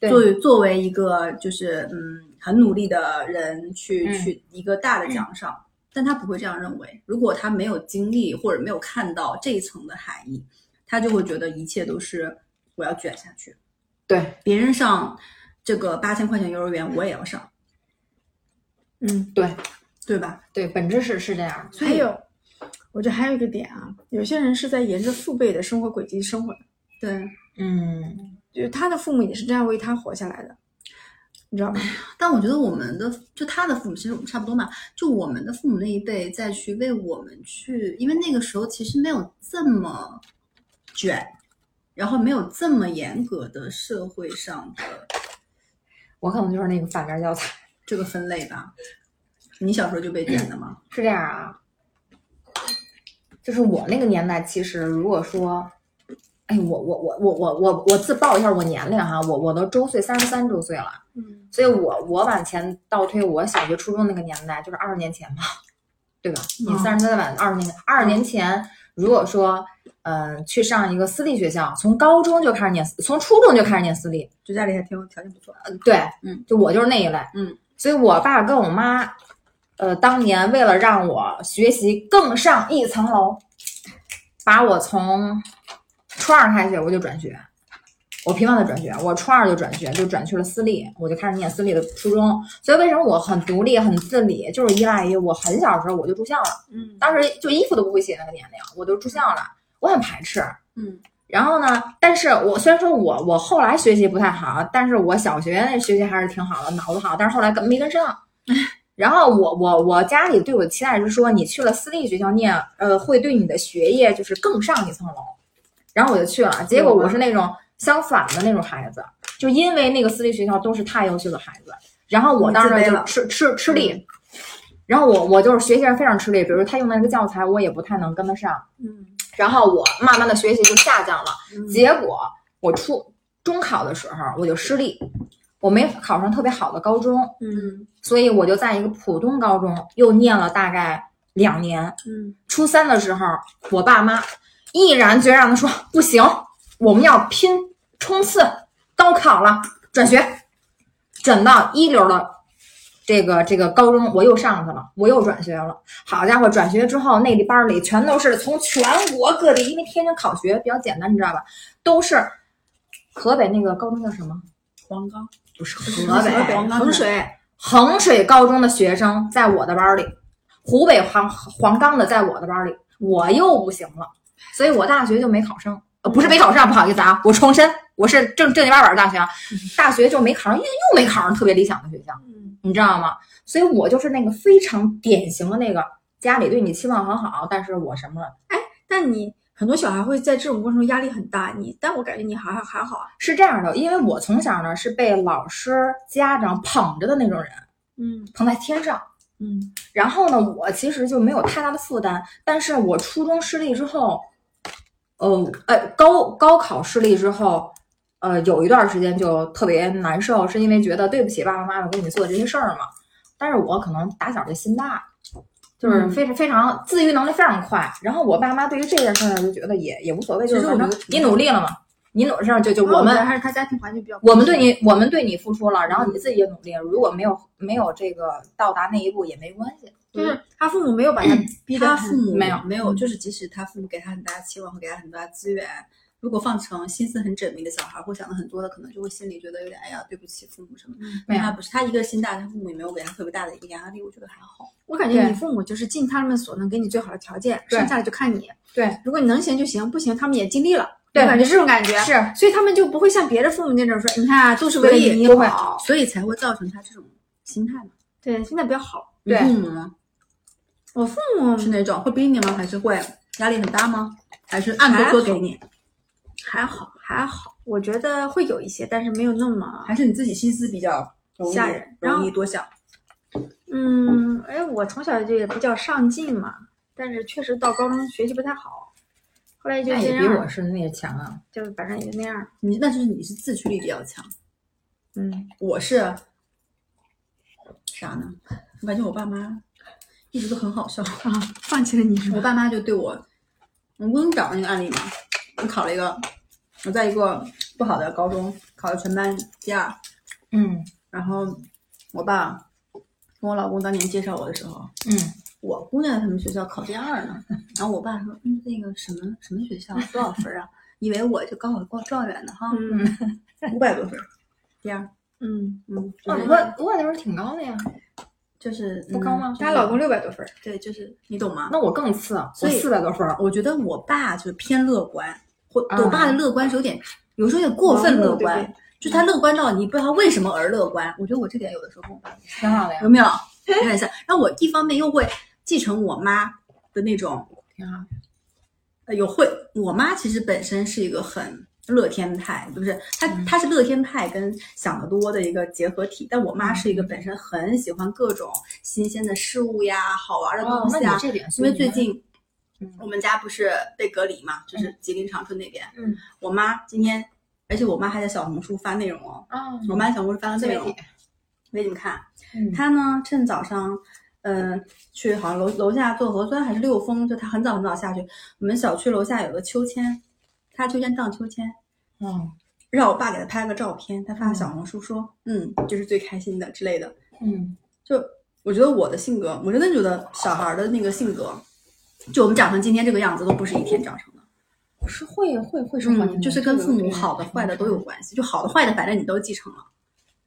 [SPEAKER 2] 对
[SPEAKER 3] 作为作为一个就是嗯很努力的人去
[SPEAKER 2] 嗯
[SPEAKER 3] 去一个大的奖赏，但他不会这样认为。如果他没有经历或者没有看到这一层的含义，他就会觉得一切都是我要卷下去，
[SPEAKER 2] 对
[SPEAKER 3] 别人上这个八千块钱幼儿园我也要上，
[SPEAKER 4] 嗯。
[SPEAKER 2] 对
[SPEAKER 3] 对吧？
[SPEAKER 2] 对，本质是是这样的。
[SPEAKER 3] 所
[SPEAKER 4] 还
[SPEAKER 3] 以
[SPEAKER 4] 有，我觉得还有一个点啊，有些人是在沿着父辈的生活轨迹生活的，
[SPEAKER 3] 对，
[SPEAKER 2] 嗯，
[SPEAKER 4] 就是他的父母也是这样为他活下来的，你知道吗？
[SPEAKER 3] 但我觉得我们的就他的父母，其实我们差不多嘛。就我们的父母那一辈再去为我们去，因为那个时候其实没有这么卷，然后没有这么严格的社会上的
[SPEAKER 2] 我可能就是那个反面教材。
[SPEAKER 3] 这个分类吧。你小时候就被卷的吗？
[SPEAKER 2] 是这样啊，就是我那个年代，其实如果说，哎，我我我我我我我自曝一下我年龄哈、我我都周岁三十三周岁了，
[SPEAKER 4] 嗯
[SPEAKER 2] 所以我我往前倒推我小学初中那个年代，就是二十年前嘛，对吧？你
[SPEAKER 3] 嗯
[SPEAKER 2] 三十三晚二十年前，二十年前如果说，嗯、去上一个私立学校，从高中就开始念，从初中就开始念私立，
[SPEAKER 3] 就家里还挺有条件不错的。
[SPEAKER 2] 对，
[SPEAKER 3] 嗯，
[SPEAKER 2] 就我就是那一类，
[SPEAKER 3] 嗯，
[SPEAKER 2] 所以我爸跟我妈，呃，当年为了让我学习更上一层楼，把我从初二开始我就转学，我频繁的转学，我初二就转学，就转去了私立，我就开始念私立的初中。所以为什么我很独立、很自理，就是依赖于我很小时候我就住校了，
[SPEAKER 4] 嗯
[SPEAKER 2] 当时就衣服都不会洗那个年龄，我就住校了，我很排斥。
[SPEAKER 3] 嗯，
[SPEAKER 2] 然后呢？但是我虽然说我我后来学习不太好，但是我小学学习还是挺好的，脑子好，但是后来跟没跟上。 然后我我我家里对我的期待是说，你去了私立学校念，呃，会对你的学业就是更上一层楼。然后我就去了，结果我是那种相反的那种孩子，就因为那个私立学校都是太优秀的孩子，然后我当
[SPEAKER 3] 你嗯自
[SPEAKER 2] 时
[SPEAKER 3] 卑
[SPEAKER 2] 就
[SPEAKER 3] 了嗯
[SPEAKER 2] 吃吃吃力。然后我我就是学习上非常吃力，比如他用的那个教材我也不太能跟得上，
[SPEAKER 3] 嗯，
[SPEAKER 2] 然后我慢慢的学习就下降了。
[SPEAKER 3] 嗯
[SPEAKER 2] 结果我初中考的时候我就失利，我没考上特别好的高中，
[SPEAKER 3] 嗯
[SPEAKER 2] 所以我就在一个普通高中又念了大概两年。
[SPEAKER 3] 嗯
[SPEAKER 2] 初三的时候，我爸妈毅然决然的说：“不行，我们要拼冲刺，高考了，转学，转到一流的这个这个高中，我又上去了，我又转学了。好家伙，转学之后那里班里全都是从全国各地，因为天津考学比较简单，你知道吧？都是河北那个高中叫什么？
[SPEAKER 3] 黄冈，
[SPEAKER 2] 不是河北，
[SPEAKER 3] 黄冈
[SPEAKER 4] 衡水
[SPEAKER 2] 衡水高中的学生在我的班里，湖北黄黄冈的在我的班里，我又不行了，所以我大学就没考上。呃，不是没考上，不好意思啊，我重申，我是正正经八百的大学啊，大学就没考上，又又没考上特别理想的学校，
[SPEAKER 4] 嗯
[SPEAKER 2] 你知道吗？所以我就是那个非常典型的那个，家里对你期望很好，但是我什么
[SPEAKER 4] 但你很多小孩会在这种过程中压力很大，你但我感觉你好像还好啊，
[SPEAKER 2] 是这样的，因为我从小呢是被老师、家长捧着的那种人，
[SPEAKER 4] 嗯
[SPEAKER 2] 捧在天上。
[SPEAKER 4] 嗯
[SPEAKER 2] 然后呢，我其实就没有太大的负担，但是我初中失利之后，呃，呃，高高考失利之后，呃，有一段时间就特别难受，是因为觉得对不起爸爸妈妈给你做的这些事儿嘛。但是我可能打小就心大，就是
[SPEAKER 3] 嗯
[SPEAKER 2] 非常非常自愈能力非常快。然后我爸妈对于这件事儿呢，就觉得也也无所谓，就是
[SPEAKER 3] 其实我
[SPEAKER 2] 反正
[SPEAKER 3] 觉得哦挺
[SPEAKER 2] 你努力了嘛，你努上就就
[SPEAKER 4] 然后
[SPEAKER 2] 我们
[SPEAKER 4] 还是他家庭环境比较，
[SPEAKER 2] 我们对你，我们对你付出了，然后你自己也努力了。如果没有没有这个到达那一步也没关系，
[SPEAKER 4] 就是他父母没有把他
[SPEAKER 2] 嗯
[SPEAKER 4] 逼
[SPEAKER 3] 他
[SPEAKER 4] 得
[SPEAKER 3] 父母
[SPEAKER 2] 没有
[SPEAKER 3] 没有，嗯就是即使他父母给他很大的期望和给他很大的资源，如果放成心思很缜密的小孩，会想的很多的，可能就会心里觉得有点哎呀对不起父母什么的。
[SPEAKER 4] 嗯
[SPEAKER 2] 没有
[SPEAKER 3] 他不是他一个心大，他父母也没有给他特别大的一个压力，我觉得还好。
[SPEAKER 4] 我感觉
[SPEAKER 2] 对
[SPEAKER 4] 你父母就是尽他们所能给你最好的条件，
[SPEAKER 2] 对
[SPEAKER 4] 剩下的就看你。
[SPEAKER 2] 对，
[SPEAKER 4] 如果你能行就行，不行他们也尽力了。
[SPEAKER 2] 对
[SPEAKER 4] 我感觉这种感觉，
[SPEAKER 2] 是
[SPEAKER 4] 所以他们就不会像别的父母那种说，你看啊都是为了
[SPEAKER 3] 所以
[SPEAKER 4] 你
[SPEAKER 2] 就会
[SPEAKER 4] 好。
[SPEAKER 3] 所以才会造成他这种心态嘛。
[SPEAKER 4] 对，现在比较好。
[SPEAKER 3] 你
[SPEAKER 2] 对
[SPEAKER 3] 父母呢
[SPEAKER 4] 我父母
[SPEAKER 3] 是哪种会逼你吗？还是会压力很大吗？还是按
[SPEAKER 4] 还
[SPEAKER 3] 多
[SPEAKER 4] 好
[SPEAKER 3] 做给你？
[SPEAKER 4] 还好还好，我觉得会有一些，但是没有那么
[SPEAKER 3] 还是你自己心思比较容易
[SPEAKER 4] 吓人然后
[SPEAKER 3] 容易多想？
[SPEAKER 4] 嗯，哎，我从小就也比较上进嘛，但是确实到高中学习不太好，后来就
[SPEAKER 2] 那
[SPEAKER 4] 这
[SPEAKER 2] 也比我
[SPEAKER 4] 样，
[SPEAKER 2] 是那强啊。
[SPEAKER 4] 就反正也就那样。
[SPEAKER 3] 你那就是你是自驱力比较强，
[SPEAKER 2] 嗯，
[SPEAKER 3] 我是啥呢？我感觉我爸妈一直都很好笑。
[SPEAKER 4] 啊，放弃了你是
[SPEAKER 3] 我
[SPEAKER 4] 吧？
[SPEAKER 3] 爸妈就对我，我跟你讲那个案例嘛，我考了一个，我在一个不好的高中考了全班第二，
[SPEAKER 2] 嗯
[SPEAKER 3] 然后我爸跟我老公当年介绍我的时候，
[SPEAKER 2] 嗯，
[SPEAKER 3] 我姑娘在他们学校考第二呢，然后我爸说，嗯，那个什么什么学校多少分啊？ 以为我就高考过状元呢哈，
[SPEAKER 4] 嗯
[SPEAKER 3] 五百多分，第二，
[SPEAKER 4] 嗯，
[SPEAKER 3] 嗯，就
[SPEAKER 2] 我
[SPEAKER 3] 是
[SPEAKER 2] 我哦那时候挺高的呀，
[SPEAKER 3] 就是
[SPEAKER 2] 不高吗
[SPEAKER 3] 嗯
[SPEAKER 4] 她老公六百多分儿，
[SPEAKER 3] 对，就是你懂吗？
[SPEAKER 2] 那我更次，啊我
[SPEAKER 3] 所以
[SPEAKER 2] 四百多分儿。
[SPEAKER 3] 我觉得我爸就是偏乐观，或
[SPEAKER 2] 啊
[SPEAKER 3] 我爸的乐观是有点，有时候有点过分乐观，
[SPEAKER 4] 盲目对
[SPEAKER 3] 就他乐观到你不知道他为什么而乐观。我觉得我这点有的时候跟我爸
[SPEAKER 2] 挺好的呀
[SPEAKER 3] 有，没有有点像。然后我一方面又会继承我妈的那种，
[SPEAKER 2] 挺好的。
[SPEAKER 3] 呃，有会我妈其实本身是一个很。乐天派就是她，
[SPEAKER 2] 嗯
[SPEAKER 3] 她是乐天派跟想得多的一个结合体。但我妈是一个本身很喜欢各种新鲜的事物呀、好玩的
[SPEAKER 2] 哦
[SPEAKER 3] 东
[SPEAKER 2] 那
[SPEAKER 3] 西
[SPEAKER 2] 你
[SPEAKER 3] 啊，
[SPEAKER 2] 这点，
[SPEAKER 3] 因为最，近
[SPEAKER 2] 嗯
[SPEAKER 3] 我们家不是被隔离嘛，就是吉林长春那边。
[SPEAKER 2] 嗯，
[SPEAKER 3] 我妈今天，而且我妈还在小红书发内容哦。
[SPEAKER 2] 啊，
[SPEAKER 3] 我妈在小红书发了
[SPEAKER 2] 自
[SPEAKER 3] 内
[SPEAKER 2] 媒
[SPEAKER 3] 容
[SPEAKER 2] 体，
[SPEAKER 3] 给你们看。
[SPEAKER 2] 嗯
[SPEAKER 3] 她呢，趁早上，呃，去好像楼楼下做核酸还是溜风，就她很早很早下去。我们小区楼下有个秋千，她秋千荡秋千，
[SPEAKER 2] 嗯
[SPEAKER 3] 让我爸给她拍了个照片，她发
[SPEAKER 2] 嗯
[SPEAKER 3] 小红书说，嗯，这是最开心的之类的。
[SPEAKER 2] 嗯
[SPEAKER 3] 就我觉得我的性格，我真的觉得小孩儿的那个性格，就我们长成今天这个样子，都不是一天长成的。
[SPEAKER 2] 是会会会受欢
[SPEAKER 3] 嗯，
[SPEAKER 2] 迎的，
[SPEAKER 3] 就是跟父母好的坏的都有
[SPEAKER 2] 关。
[SPEAKER 3] 关系，就好的坏的反正你都继承了，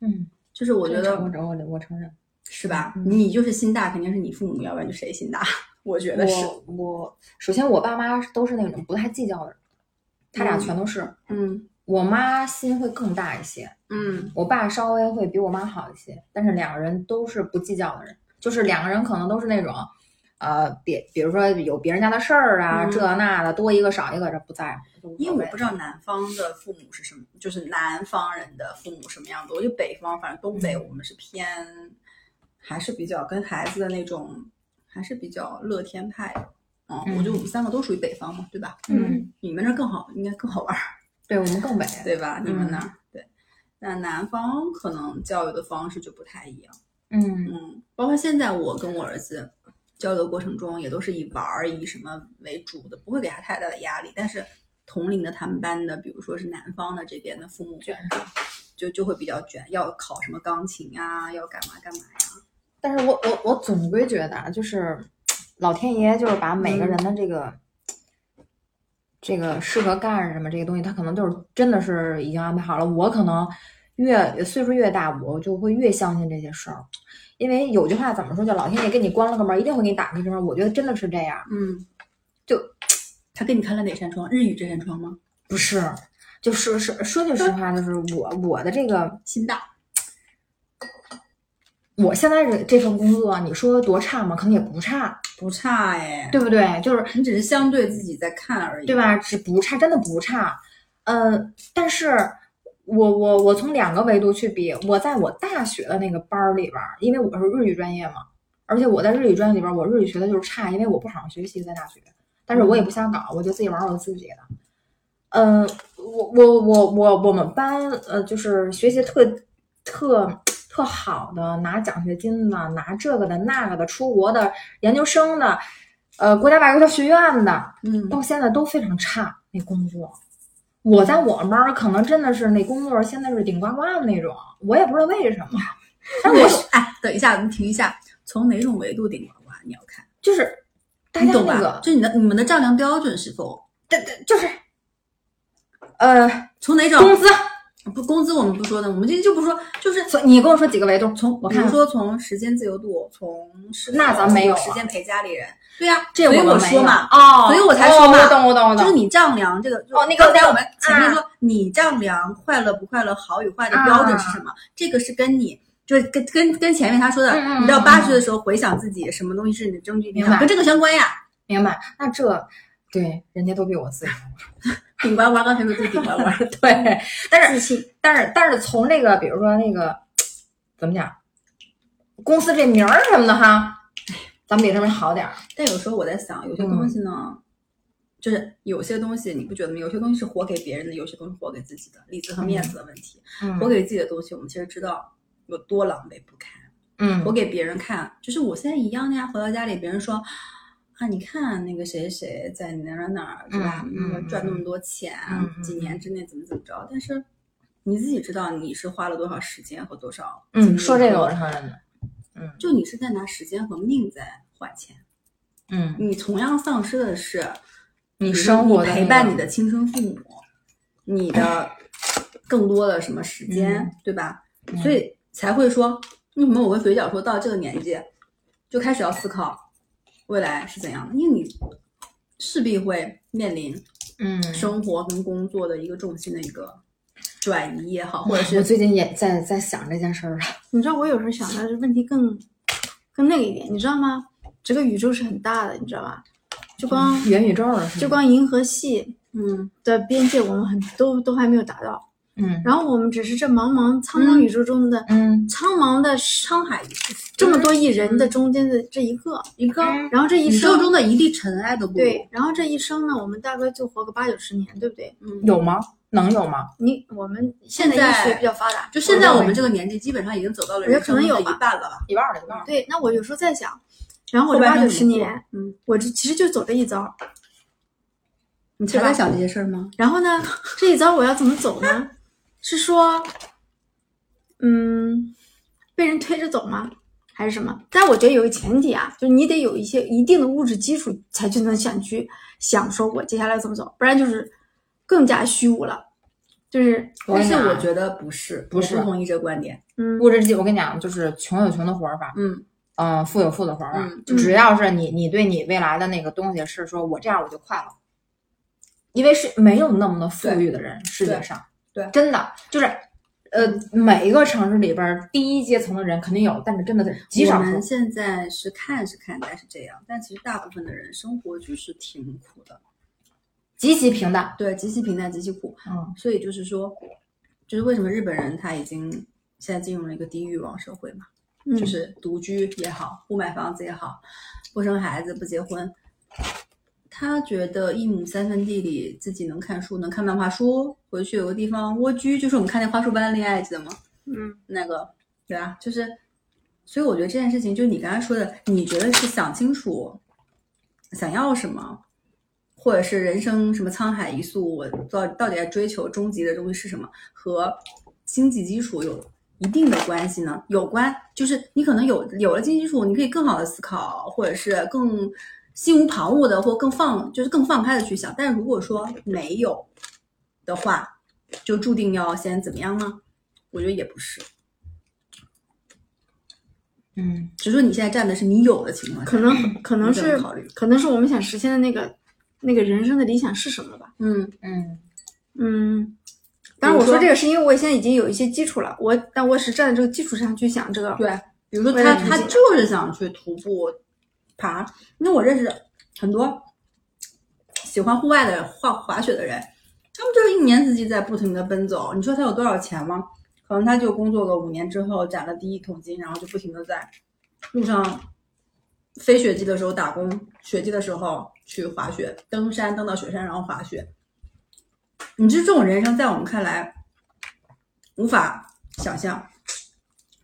[SPEAKER 2] 嗯，
[SPEAKER 3] 就是我觉
[SPEAKER 2] 这个
[SPEAKER 3] 得
[SPEAKER 2] 承我我我承认，
[SPEAKER 3] 是吧？
[SPEAKER 2] 嗯
[SPEAKER 3] 你就是心大，肯定是你父母，要不然就谁心大？ 我觉得是，
[SPEAKER 2] 我我首先我爸妈都是那种不太计较的人，他俩
[SPEAKER 3] 嗯
[SPEAKER 2] 全都是。
[SPEAKER 3] 嗯
[SPEAKER 2] 我妈心会更大一些，
[SPEAKER 3] 嗯
[SPEAKER 2] 我爸稍微会比我妈好一些，但是两个人都是不计较的人，就是两个人可能都是那种，呃，别比如说有别人家的事儿啊，
[SPEAKER 3] 嗯
[SPEAKER 2] 这那的多一个少一个，这不在乎，都无所谓
[SPEAKER 3] 因为我不知道南方的父母是什么，就是南方人的父母什么样子。我就北方，反正东北我们是偏，还是比较跟孩子的那种，还是比较乐天派的。嗯，我觉得我们三个都属于北方嘛，对吧？
[SPEAKER 2] 嗯，
[SPEAKER 3] 你们那儿更好，应该更好玩儿，
[SPEAKER 2] 对我们更北，
[SPEAKER 3] 对吧？你们那儿、对，那南方可能教育的方式就不太一样。
[SPEAKER 2] 嗯
[SPEAKER 3] 嗯，包括现在我跟我儿子交流过程中，也都是以玩儿以什么为主的，不会给他太大的压力。但是同龄的他们班的，比如说是南方的这边的父母，
[SPEAKER 2] 卷
[SPEAKER 3] 就就会比较卷，要考什么钢琴啊，要干嘛干嘛呀。
[SPEAKER 2] 但是我我我总归觉得啊，就是老天爷就是把每个人的这个、这个适合干什么这个东西，他可能就是真的是已经安排好了。我可能越岁数越大，我就会越相信这些事儿，因为有句话怎么说，叫老天爷给你关了个门，一定会给你打开一扇门。我觉得真的是这样，
[SPEAKER 3] 嗯，
[SPEAKER 2] 就
[SPEAKER 3] 他给你开了哪扇窗？日语这扇窗吗？
[SPEAKER 2] 不是。就是是说句实话，就是我我的这个
[SPEAKER 3] 心大，
[SPEAKER 2] 我现在这这份工作，你说多差吗？可能也不差，
[SPEAKER 3] 不差哎，
[SPEAKER 2] 对不对？就是
[SPEAKER 3] 你只是相对自己在看而已，
[SPEAKER 2] 对？吧？只不差，真的不差。呃，但是我我我从两个维度去比，我在我大学的那个班儿里边儿，因为我是日语专业嘛，而且我在日语专业里边儿，我日语学的就是差，因为我不好好学习在大学，但是我也不瞎搞，我就自己玩儿我自己的。嗯、我我我我我们班呃，就是学习特特特好的，拿奖学金的，拿这个的那个的，出国的研究生的，呃，国家外国学院的，
[SPEAKER 3] 嗯，
[SPEAKER 2] 到现在都非常差那工作。我在我们班儿可能真的是那工作现在是顶呱呱的那种，我也不知道为什么。但是
[SPEAKER 3] 我
[SPEAKER 2] 我
[SPEAKER 3] 哎，等一下，我们停一下，从哪种维度顶呱呱？你要看，
[SPEAKER 2] 就是大
[SPEAKER 3] 你
[SPEAKER 2] 家
[SPEAKER 3] 懂
[SPEAKER 2] 那
[SPEAKER 3] 吧？
[SPEAKER 2] 个，
[SPEAKER 3] 就你的你们的丈量标准是否
[SPEAKER 2] 对对，就是呃，
[SPEAKER 3] 从哪种
[SPEAKER 2] 工资。
[SPEAKER 3] 不，工资我们不说的，我们今天就不说，就是
[SPEAKER 2] 所以你跟我说几个维度？从我
[SPEAKER 3] 比如
[SPEAKER 2] 看
[SPEAKER 3] 说从时间自由度，从是否
[SPEAKER 2] 那咱没有啊
[SPEAKER 3] 时间陪家里人，对呀、
[SPEAKER 2] 这
[SPEAKER 3] 所以
[SPEAKER 2] 我
[SPEAKER 3] 我
[SPEAKER 2] 们没
[SPEAKER 3] 说
[SPEAKER 2] 有
[SPEAKER 3] 嘛，
[SPEAKER 2] 哦，
[SPEAKER 3] 所以我才说嘛
[SPEAKER 2] 哦我懂我懂我懂，
[SPEAKER 3] 就是你丈量这个就
[SPEAKER 2] 哦那个啊
[SPEAKER 3] 刚才我们前面说、你丈量快乐不快乐、好与坏的标准是什么，这个是跟你。就是跟跟跟前面他说的，
[SPEAKER 2] 嗯嗯
[SPEAKER 3] 你到
[SPEAKER 2] 嗯
[SPEAKER 3] 八十的时候回想自己什么东西是你的证据，
[SPEAKER 2] 明白
[SPEAKER 3] 跟这个相关呀。
[SPEAKER 2] 明白？那这对人家都比我自由。
[SPEAKER 3] 顶呱呱，刚才说自己顶呱呱，
[SPEAKER 2] 对，但是但是但是从这个，比如说那个怎么讲，公司这名儿什么的哈，咱们比他们好点儿。
[SPEAKER 3] 但有时候我在想，有些东
[SPEAKER 2] 嗯
[SPEAKER 3] 西呢，就是有些东西你不觉得吗？有些东西是活给别人的，有些东西活给自己的，里子和面子的问题。
[SPEAKER 2] 嗯
[SPEAKER 3] 活给自己的东西，我们其实知道有多狼狈不堪。
[SPEAKER 2] 嗯
[SPEAKER 3] 我给别人看，就是我现在一样的呀。回到家里，别人说啊，你看那个谁谁在哪儿哪儿，对吧？
[SPEAKER 2] 嗯
[SPEAKER 3] 那个
[SPEAKER 2] 嗯
[SPEAKER 3] 赚那么多钱，啊
[SPEAKER 2] 嗯嗯
[SPEAKER 3] 几年之内怎么怎么着，但是。你自己知道你是花了多少时间和多少精
[SPEAKER 2] 嗯，
[SPEAKER 3] 力
[SPEAKER 2] 说这个我
[SPEAKER 3] 和
[SPEAKER 2] 是承认的。嗯
[SPEAKER 3] 就你是在拿时间和命在换钱，
[SPEAKER 2] 嗯，
[SPEAKER 3] 你同样丧失的是
[SPEAKER 2] 你
[SPEAKER 3] 比如
[SPEAKER 2] 生活
[SPEAKER 3] 你
[SPEAKER 2] 的
[SPEAKER 3] 陪
[SPEAKER 2] 那
[SPEAKER 3] 伴
[SPEAKER 2] 个
[SPEAKER 3] 你的亲生父母，你的更多的什么时间，
[SPEAKER 2] 嗯
[SPEAKER 3] 对吧？
[SPEAKER 2] 嗯
[SPEAKER 3] 所以才会说，为什么我跟嘴角说到这个年纪就开始要思考未来是怎样的？因为你势必会面临
[SPEAKER 2] 嗯，
[SPEAKER 3] 生活跟工作的一个重心的一个转移也好，或者
[SPEAKER 2] 我
[SPEAKER 3] 是
[SPEAKER 2] 最近也在在想这件事儿了。啊
[SPEAKER 4] 你知道我有时候想的问题更更那个一点，你知道吗？这个宇宙是很大的，你知道吧？就光、
[SPEAKER 2] 元宇宙了是吗，
[SPEAKER 4] 就光银河系
[SPEAKER 3] 嗯
[SPEAKER 4] 的边界，我们很都都还没有达到。
[SPEAKER 2] 嗯
[SPEAKER 4] 然后我们只是这茫茫苍茫宇宙中的、
[SPEAKER 2] 嗯
[SPEAKER 4] 苍茫的
[SPEAKER 3] 沧海
[SPEAKER 4] 这么多亿人的中间的这一个，
[SPEAKER 3] 一个
[SPEAKER 2] 嗯
[SPEAKER 4] 然后这一
[SPEAKER 3] 宇宙
[SPEAKER 4] 生
[SPEAKER 3] 中的一粒尘埃都不如
[SPEAKER 4] 对，然后这一生呢，我们大概就活个八九十年，对不对？
[SPEAKER 3] 嗯。
[SPEAKER 2] 有吗？能有吗？
[SPEAKER 4] 你我们
[SPEAKER 3] 现
[SPEAKER 4] 现
[SPEAKER 3] 在
[SPEAKER 4] 在医学比较发达，
[SPEAKER 3] 就现在我
[SPEAKER 4] 认为
[SPEAKER 3] 们这个年纪，基本上已经走到了
[SPEAKER 4] 我觉
[SPEAKER 3] 人
[SPEAKER 4] 得可
[SPEAKER 3] 生
[SPEAKER 4] 能
[SPEAKER 3] 的
[SPEAKER 4] 有
[SPEAKER 3] 一
[SPEAKER 4] 吧
[SPEAKER 3] 半了吧。
[SPEAKER 2] 一半儿了，一半儿了。
[SPEAKER 4] 对，那我有时候在想，然后我
[SPEAKER 3] 后
[SPEAKER 4] 这
[SPEAKER 3] 半
[SPEAKER 4] 八
[SPEAKER 3] 生
[SPEAKER 4] 九
[SPEAKER 3] 怎
[SPEAKER 4] 十
[SPEAKER 3] 么过
[SPEAKER 4] 年，，
[SPEAKER 3] 嗯，
[SPEAKER 4] 我这其实就走这一遭。
[SPEAKER 3] 你才在想这些事儿吗？
[SPEAKER 4] 然后 呢，这一遭我要怎么走呢？是说，嗯，被人推着走吗？还是什么？但我觉得有个前提啊，就是你得有一些一定的物质基础，才去能想去想说我接下来怎么走，不然就是更加虚无了。就是
[SPEAKER 2] 我
[SPEAKER 3] 但
[SPEAKER 2] 跟你
[SPEAKER 3] 是
[SPEAKER 2] 讲
[SPEAKER 3] 我
[SPEAKER 2] 啊，
[SPEAKER 3] 觉得不是，
[SPEAKER 2] 不
[SPEAKER 3] 我
[SPEAKER 2] 是
[SPEAKER 3] 不同意这个观点。
[SPEAKER 4] 嗯，
[SPEAKER 2] 物质基，我跟你讲，就是穷有穷的活法，
[SPEAKER 3] 嗯
[SPEAKER 2] 嗯、富有富的活法，
[SPEAKER 3] 嗯
[SPEAKER 2] 就只要是你你对你未来的那个东西是说我这样我就快乐，因为是没有那么的富裕的人世界上，
[SPEAKER 3] 对对
[SPEAKER 2] 真的就是。呃，每一个城市里边儿，第一阶层的人肯定有，但是真的极
[SPEAKER 3] 我
[SPEAKER 2] 少
[SPEAKER 3] 们
[SPEAKER 2] 数。
[SPEAKER 3] 现在是看是看待是这样，但其实大部分的人生活就是挺苦的，
[SPEAKER 2] 极其平淡。
[SPEAKER 3] 对，极其平淡，极其苦。
[SPEAKER 2] 嗯，
[SPEAKER 3] 所以就是说，就是为什么日本人他已经现在进入了一个低欲望社会嘛，
[SPEAKER 4] 嗯
[SPEAKER 3] 就是独居也好，不买房子也好，不生孩子不结婚，他觉得一亩三分地里自己能看书，能看漫画书，回去有个地方蜗居，就是我们看那花束般的恋爱，记得吗？
[SPEAKER 4] 嗯，
[SPEAKER 3] 那个，对啊，就是，所以我觉得这件事情，就你刚才说的，你觉得是想清楚想要什么，或者是人生什么沧海一粟，我到到底在追求终极的东西是什么，和经济基础有一定的关系呢？有关，就是你可能有有了经济基础，你可以更好的思考，或者是更心无旁骛的，或更放就是更放开的去想。但如果说没有的话，就注定要先怎么样呢？我觉得也不是，
[SPEAKER 2] 嗯，
[SPEAKER 3] 只是说你现在站的是你有的情况下，
[SPEAKER 4] 可能可能
[SPEAKER 3] 你怎么
[SPEAKER 4] 是
[SPEAKER 3] 考虑
[SPEAKER 4] 可能是我们想实现的那个那个人生的理想是什么吧？
[SPEAKER 3] 嗯，
[SPEAKER 2] 嗯，
[SPEAKER 4] 嗯，当然
[SPEAKER 3] 比
[SPEAKER 4] 我
[SPEAKER 3] 如说
[SPEAKER 4] 说这个是因为我现在已经有一些基础了，我但我是站在这个基础上去想这个。
[SPEAKER 3] 对，比如说
[SPEAKER 4] 为
[SPEAKER 3] 他
[SPEAKER 4] 了理
[SPEAKER 3] 他
[SPEAKER 4] 解
[SPEAKER 3] 就是想去徒步爬，那我认识很多喜欢户外的滑滑雪的人，他们就是一年四季在不停的奔走。你说他有多少钱吗？可能他就工作个五年之后攒了第一桶金，然后就不停的在路上非雪季的时候打工，雪季的时候去滑雪、登山，登到雪山然后滑雪。你这这种人生在我们看来无法想象，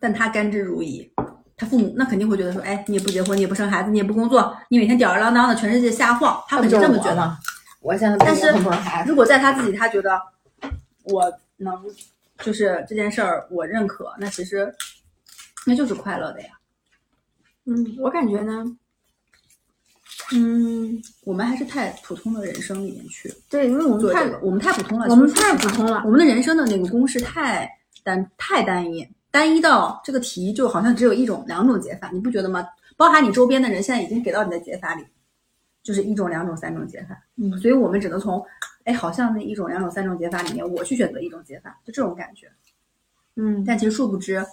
[SPEAKER 3] 但他甘之如饴。他父母那肯定会觉得说，哎，你也不结婚，你也不生孩子，你也不工作，你每天吊儿郎当的全世界瞎晃，他
[SPEAKER 2] 他
[SPEAKER 3] 肯
[SPEAKER 2] 不就
[SPEAKER 3] 定
[SPEAKER 2] 是
[SPEAKER 3] 这么
[SPEAKER 2] 我
[SPEAKER 3] 觉得。
[SPEAKER 2] 吗？我现在
[SPEAKER 3] 但是
[SPEAKER 2] 很多孩子，
[SPEAKER 3] 如果在他自己，他觉得我能就是这件事儿我认可，那其实那就是快乐的呀。
[SPEAKER 4] 嗯，我感觉呢，嗯，
[SPEAKER 3] 我们还是太普通的人生里面去
[SPEAKER 4] 对，因为我
[SPEAKER 3] 做这
[SPEAKER 4] 们太
[SPEAKER 3] 个，我们太普通了，
[SPEAKER 4] 我们
[SPEAKER 3] 其实
[SPEAKER 4] 太普通了
[SPEAKER 3] 我们的人生的那个公式太单太单一，单一到这个题就好像只有一种两种解法，你不觉得吗？包含你周边的人现在已经给到你的解法里，就是一种、两种、三种解法。
[SPEAKER 2] 嗯
[SPEAKER 3] 所以我们只能从，哎，好像那一种、两种、三种解法里面，我去选择一种解法，就这种感觉。
[SPEAKER 4] 嗯，
[SPEAKER 3] 但其实殊不知，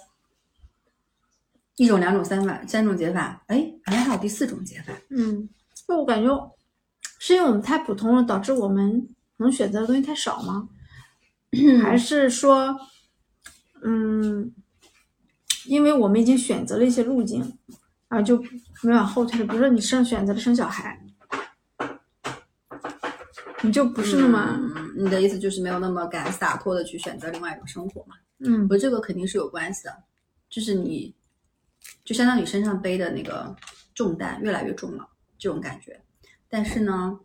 [SPEAKER 3] 一种、两种、三法、三种解法，哎，原来还有第四种解法。
[SPEAKER 4] 嗯，就我感觉是因为我们太普通了，导致我们能选择的东西太少吗？ 还是说，嗯，因为我们已经选择了一些路径，啊，就没往后退了。比如说你生选择了生小孩，你就不是那么，
[SPEAKER 3] 嗯，你的意思就是没有那么敢洒脱的去选择另外一种生活嘛？
[SPEAKER 4] 嗯
[SPEAKER 3] 我觉得这个肯定是有关系的，就是你，就相当于身上背的那个重担越来越重了，这种感觉。但是呢，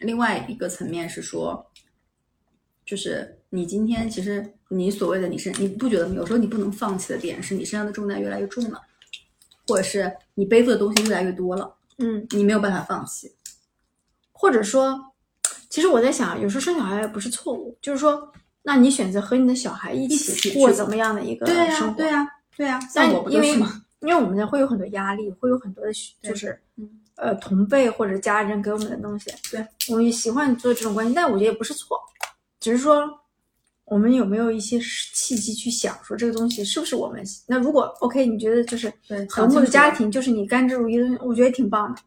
[SPEAKER 3] 另外一个层面是说，就是你今天其实你所谓的你是你不觉得吗？有时候你不能放弃的点是你身上的重担越来越重了，或者是你背负的东西越来越多了，
[SPEAKER 4] 嗯，
[SPEAKER 3] 你没有办法放弃。
[SPEAKER 4] 或者说，其实我在想，有时候生小孩也不是错误，就是说，那你选择和你的小孩一
[SPEAKER 3] 一起
[SPEAKER 4] 起
[SPEAKER 3] 去
[SPEAKER 4] 过
[SPEAKER 3] 吧
[SPEAKER 4] 怎么样的一个
[SPEAKER 3] 对呀、
[SPEAKER 4] 生活？
[SPEAKER 3] 对呀、对呀、像
[SPEAKER 4] 啊但
[SPEAKER 3] 我不
[SPEAKER 4] 因
[SPEAKER 3] 就
[SPEAKER 4] 为
[SPEAKER 3] 是吗？
[SPEAKER 4] 因为我们呢会有很多压力，会有很多的需
[SPEAKER 3] 对
[SPEAKER 4] 就是
[SPEAKER 3] 嗯
[SPEAKER 4] 呃同辈或者家人给我们的东西，
[SPEAKER 3] 对，
[SPEAKER 4] 我们也喜欢做这种关系，但我觉得也不是错，只是说我们有没有一些时契机去想说这个东西是不是我们那如果 OK，你觉得就是
[SPEAKER 3] 对
[SPEAKER 4] 和
[SPEAKER 3] 想
[SPEAKER 4] 睦的
[SPEAKER 3] 清楚
[SPEAKER 4] 家庭就是你甘之如饴的东西，我觉得挺棒的。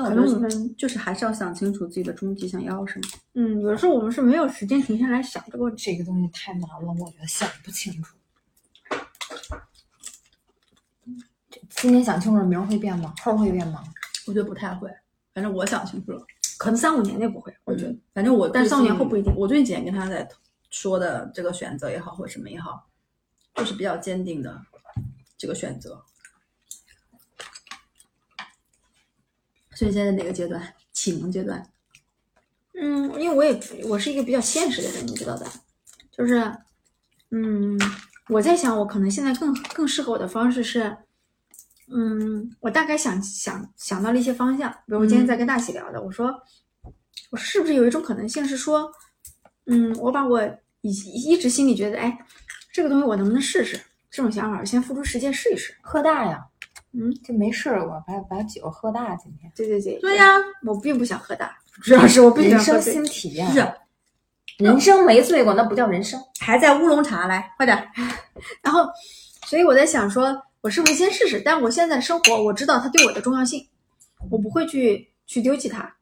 [SPEAKER 3] 但
[SPEAKER 4] 可
[SPEAKER 3] 我觉得
[SPEAKER 4] 能我们
[SPEAKER 3] 就是还是要想清楚自己的终极想要什么。
[SPEAKER 4] 嗯，有的时候我们是没有时间停下来想这个问题。
[SPEAKER 2] 这个东西太难了，我觉得想不清楚。这今天想清楚，明儿会变吗？后儿会变吗？
[SPEAKER 3] 我觉得不太会，反正我想清楚了。
[SPEAKER 4] 可能三五年内不会，我觉得。
[SPEAKER 3] 反正我，
[SPEAKER 4] 但是
[SPEAKER 3] 最
[SPEAKER 4] 少年
[SPEAKER 3] 近
[SPEAKER 4] 后不一定
[SPEAKER 3] 我最近几天跟他在说的这个选择也好，或者什么也好，就是比较坚定的这个选择。所以现在哪个阶段？启蒙阶段。
[SPEAKER 4] 嗯，因为我也我是一个比较现实的人，你知道的，就是，嗯，我在想，我可能现在更更适合我的方式是，嗯，我大概想想想到了一些方向，比如我今天在跟大喜聊的，我说我是不是有一种可能性是说，嗯，我把我以一直心里觉得，哎，这个东西我能不能试试？这种想法，我先付出实践试一试。
[SPEAKER 2] 喝大呀，
[SPEAKER 4] 嗯，
[SPEAKER 2] 就没事儿，我把把酒喝大今天，
[SPEAKER 4] 对对对，
[SPEAKER 3] 对呀、
[SPEAKER 4] 我并不想喝大，主要 是我不
[SPEAKER 2] 人
[SPEAKER 4] 想喝
[SPEAKER 2] 生
[SPEAKER 4] 醉啊
[SPEAKER 2] 新。体验，
[SPEAKER 3] 是
[SPEAKER 2] 人生没醉过，那不叫人生。
[SPEAKER 3] 还在乌龙茶来，快点。
[SPEAKER 4] 然后，所以我在想说，我是不是先试试？但我现在生活，我知道它对我的重要性，我不会去去丢弃它。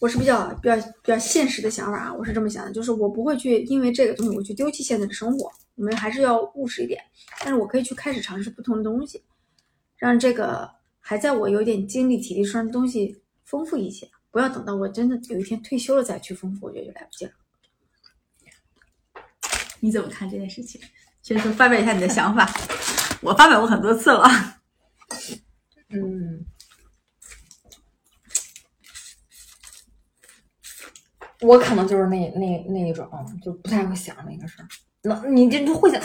[SPEAKER 4] 我是比较比较比较现实的想法啊，我是这么想的，就是我不会去因为这个东西我去丢弃现在的生活，我们还是要务实一点。但是我可以去开始尝试不同的东西，让这个还在我有点精力体力上的东西丰富一些，不要等到我真的有一天退休了再去丰富，我觉得就来不及了。
[SPEAKER 3] 你怎么看这件事情？先说发表一下你的想法。 我发表过很多次了，
[SPEAKER 2] 嗯，我可能就是那那那一种，就不太会想那个事儿。那你这这会想，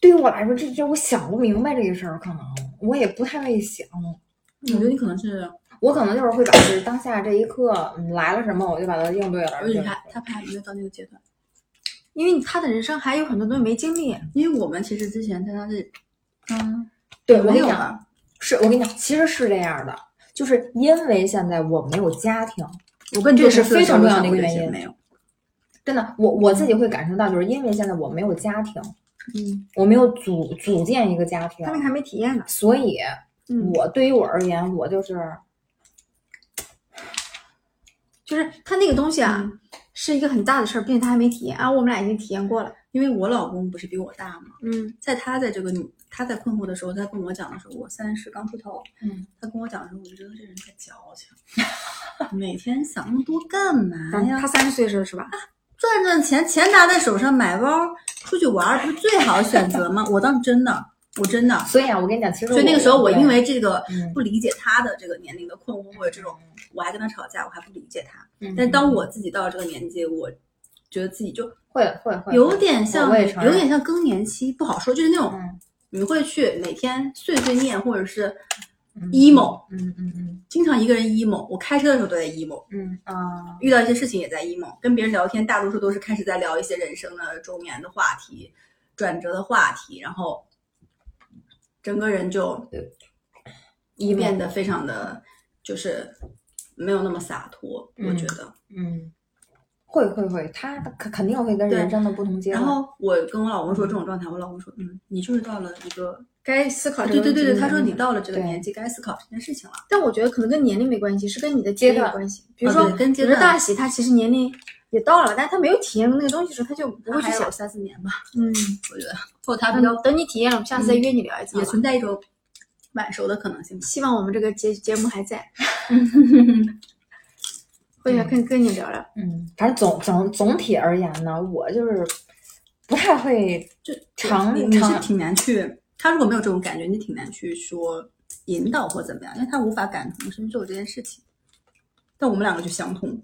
[SPEAKER 2] 对于我来说，这这我想不明白这个事儿，可能我也不太会想。
[SPEAKER 3] 我觉得你可能是，
[SPEAKER 2] 我可能就是会把就是当下这一刻嗯来了什么，我就把它应对了。
[SPEAKER 3] 而且
[SPEAKER 2] 就
[SPEAKER 3] 他他怕没有到那个阶段，
[SPEAKER 4] 因为他的人生还有很多东西没经历，啊
[SPEAKER 3] 因为我们其实之前在他是，嗯，
[SPEAKER 2] 对我跟
[SPEAKER 3] 没
[SPEAKER 2] 你
[SPEAKER 3] 有
[SPEAKER 2] 讲，
[SPEAKER 3] 吧？
[SPEAKER 2] 是我跟你讲，其实是这样的，就是因为现在我没有家庭，
[SPEAKER 3] 我跟你
[SPEAKER 2] 这是非常
[SPEAKER 3] 重
[SPEAKER 2] 重要的一个原因嗯
[SPEAKER 3] 没有，
[SPEAKER 2] 真的，我我自己会感受到，就是因为现在我没有家庭，
[SPEAKER 4] 嗯，
[SPEAKER 2] 我没有组组建一个家庭
[SPEAKER 4] 他，们还没体验呢。
[SPEAKER 2] 所以
[SPEAKER 4] 嗯，
[SPEAKER 2] 我对于我而言，我就是
[SPEAKER 4] 就是他那个东西啊，是一个很大的事儿，并且他还没体验啊，我们俩已经体验过了。
[SPEAKER 3] 因为我老公不是比我大嘛，
[SPEAKER 4] 嗯
[SPEAKER 3] 在他在这个女他在困惑的时候，他跟我讲的时候，我三十刚出头，
[SPEAKER 2] 嗯，
[SPEAKER 3] 他跟我讲的时候，我就觉得这人太矫情，每天想那么多干
[SPEAKER 2] 嗯
[SPEAKER 3] 嘛呀
[SPEAKER 4] 他？三十岁的时候是吧？
[SPEAKER 3] 赚赚钱，钱拿在手上，买包出去玩儿，不是最好的选择吗？我当时真的，我真的，
[SPEAKER 2] 所以啊，我跟你讲，其实
[SPEAKER 3] 所以那个时候我因为这个
[SPEAKER 2] 嗯
[SPEAKER 3] 不理解他的这个年龄的困惑或者这种，我还跟他吵架，我还不理解他。
[SPEAKER 2] 嗯
[SPEAKER 3] 但当我自己到了这个年纪，我觉得自己就
[SPEAKER 2] 会会会
[SPEAKER 3] 有点像
[SPEAKER 2] 我也承
[SPEAKER 3] 有
[SPEAKER 2] 认
[SPEAKER 3] 点像更年期，不好说，就是那种
[SPEAKER 2] 嗯
[SPEAKER 3] 你会去每天碎碎念，或者是
[SPEAKER 2] 嗯
[SPEAKER 3] emo
[SPEAKER 2] 嗯嗯嗯
[SPEAKER 3] 经常一个人 emo。我开车的时候都在 emo，
[SPEAKER 2] 嗯啊
[SPEAKER 3] 遇到一些事情也在 emo，跟别人聊天，大多数都是开始在聊一些人生的中年的话题、转折的话题，然后整个人就
[SPEAKER 2] 一
[SPEAKER 3] 变得非常的就是没有那么洒脱，我觉得。
[SPEAKER 2] 嗯会会会，他肯肯定会跟人生的不同阶段，
[SPEAKER 3] 然后我跟我老公说这种状态，我老公说，嗯，你就是到了一个，
[SPEAKER 4] 该思考这
[SPEAKER 3] 对
[SPEAKER 4] 个
[SPEAKER 3] 对
[SPEAKER 4] 问题
[SPEAKER 3] 对对，他
[SPEAKER 4] 嗯
[SPEAKER 3] 说你到了这个
[SPEAKER 2] 对
[SPEAKER 3] 年纪该思考这件事情了。
[SPEAKER 4] 但我觉得可能跟年龄没关系，是跟你的体验
[SPEAKER 2] 阶段
[SPEAKER 4] 有关系。比如说，
[SPEAKER 3] 对跟阶
[SPEAKER 4] 比如说
[SPEAKER 3] 段
[SPEAKER 4] 大喜，他其实年龄也到了，但他没有体验那个东西的时候，他就不
[SPEAKER 3] 不
[SPEAKER 4] 会
[SPEAKER 3] 会
[SPEAKER 4] 去
[SPEAKER 3] 去
[SPEAKER 4] 想
[SPEAKER 3] 想。三四年吧，嗯
[SPEAKER 4] 嗯，
[SPEAKER 3] 我觉得，或者他比较
[SPEAKER 4] 等等你体验了， 我们下次再约你聊一次
[SPEAKER 3] 也
[SPEAKER 4] 好吧。嗯
[SPEAKER 3] 存在一种晚熟的可能性吧。
[SPEAKER 4] 希望我们这个节节目还在，嗯会想跟跟你聊聊。
[SPEAKER 2] 嗯，反正总总总体而言呢，我就是不太会
[SPEAKER 3] 就
[SPEAKER 2] 长
[SPEAKER 3] 你你是
[SPEAKER 2] 长
[SPEAKER 3] 挺难去，他如果没有这种感觉，你挺难去说引导或怎么样，因为他无法感同身受这件事情。但我们两个就相通，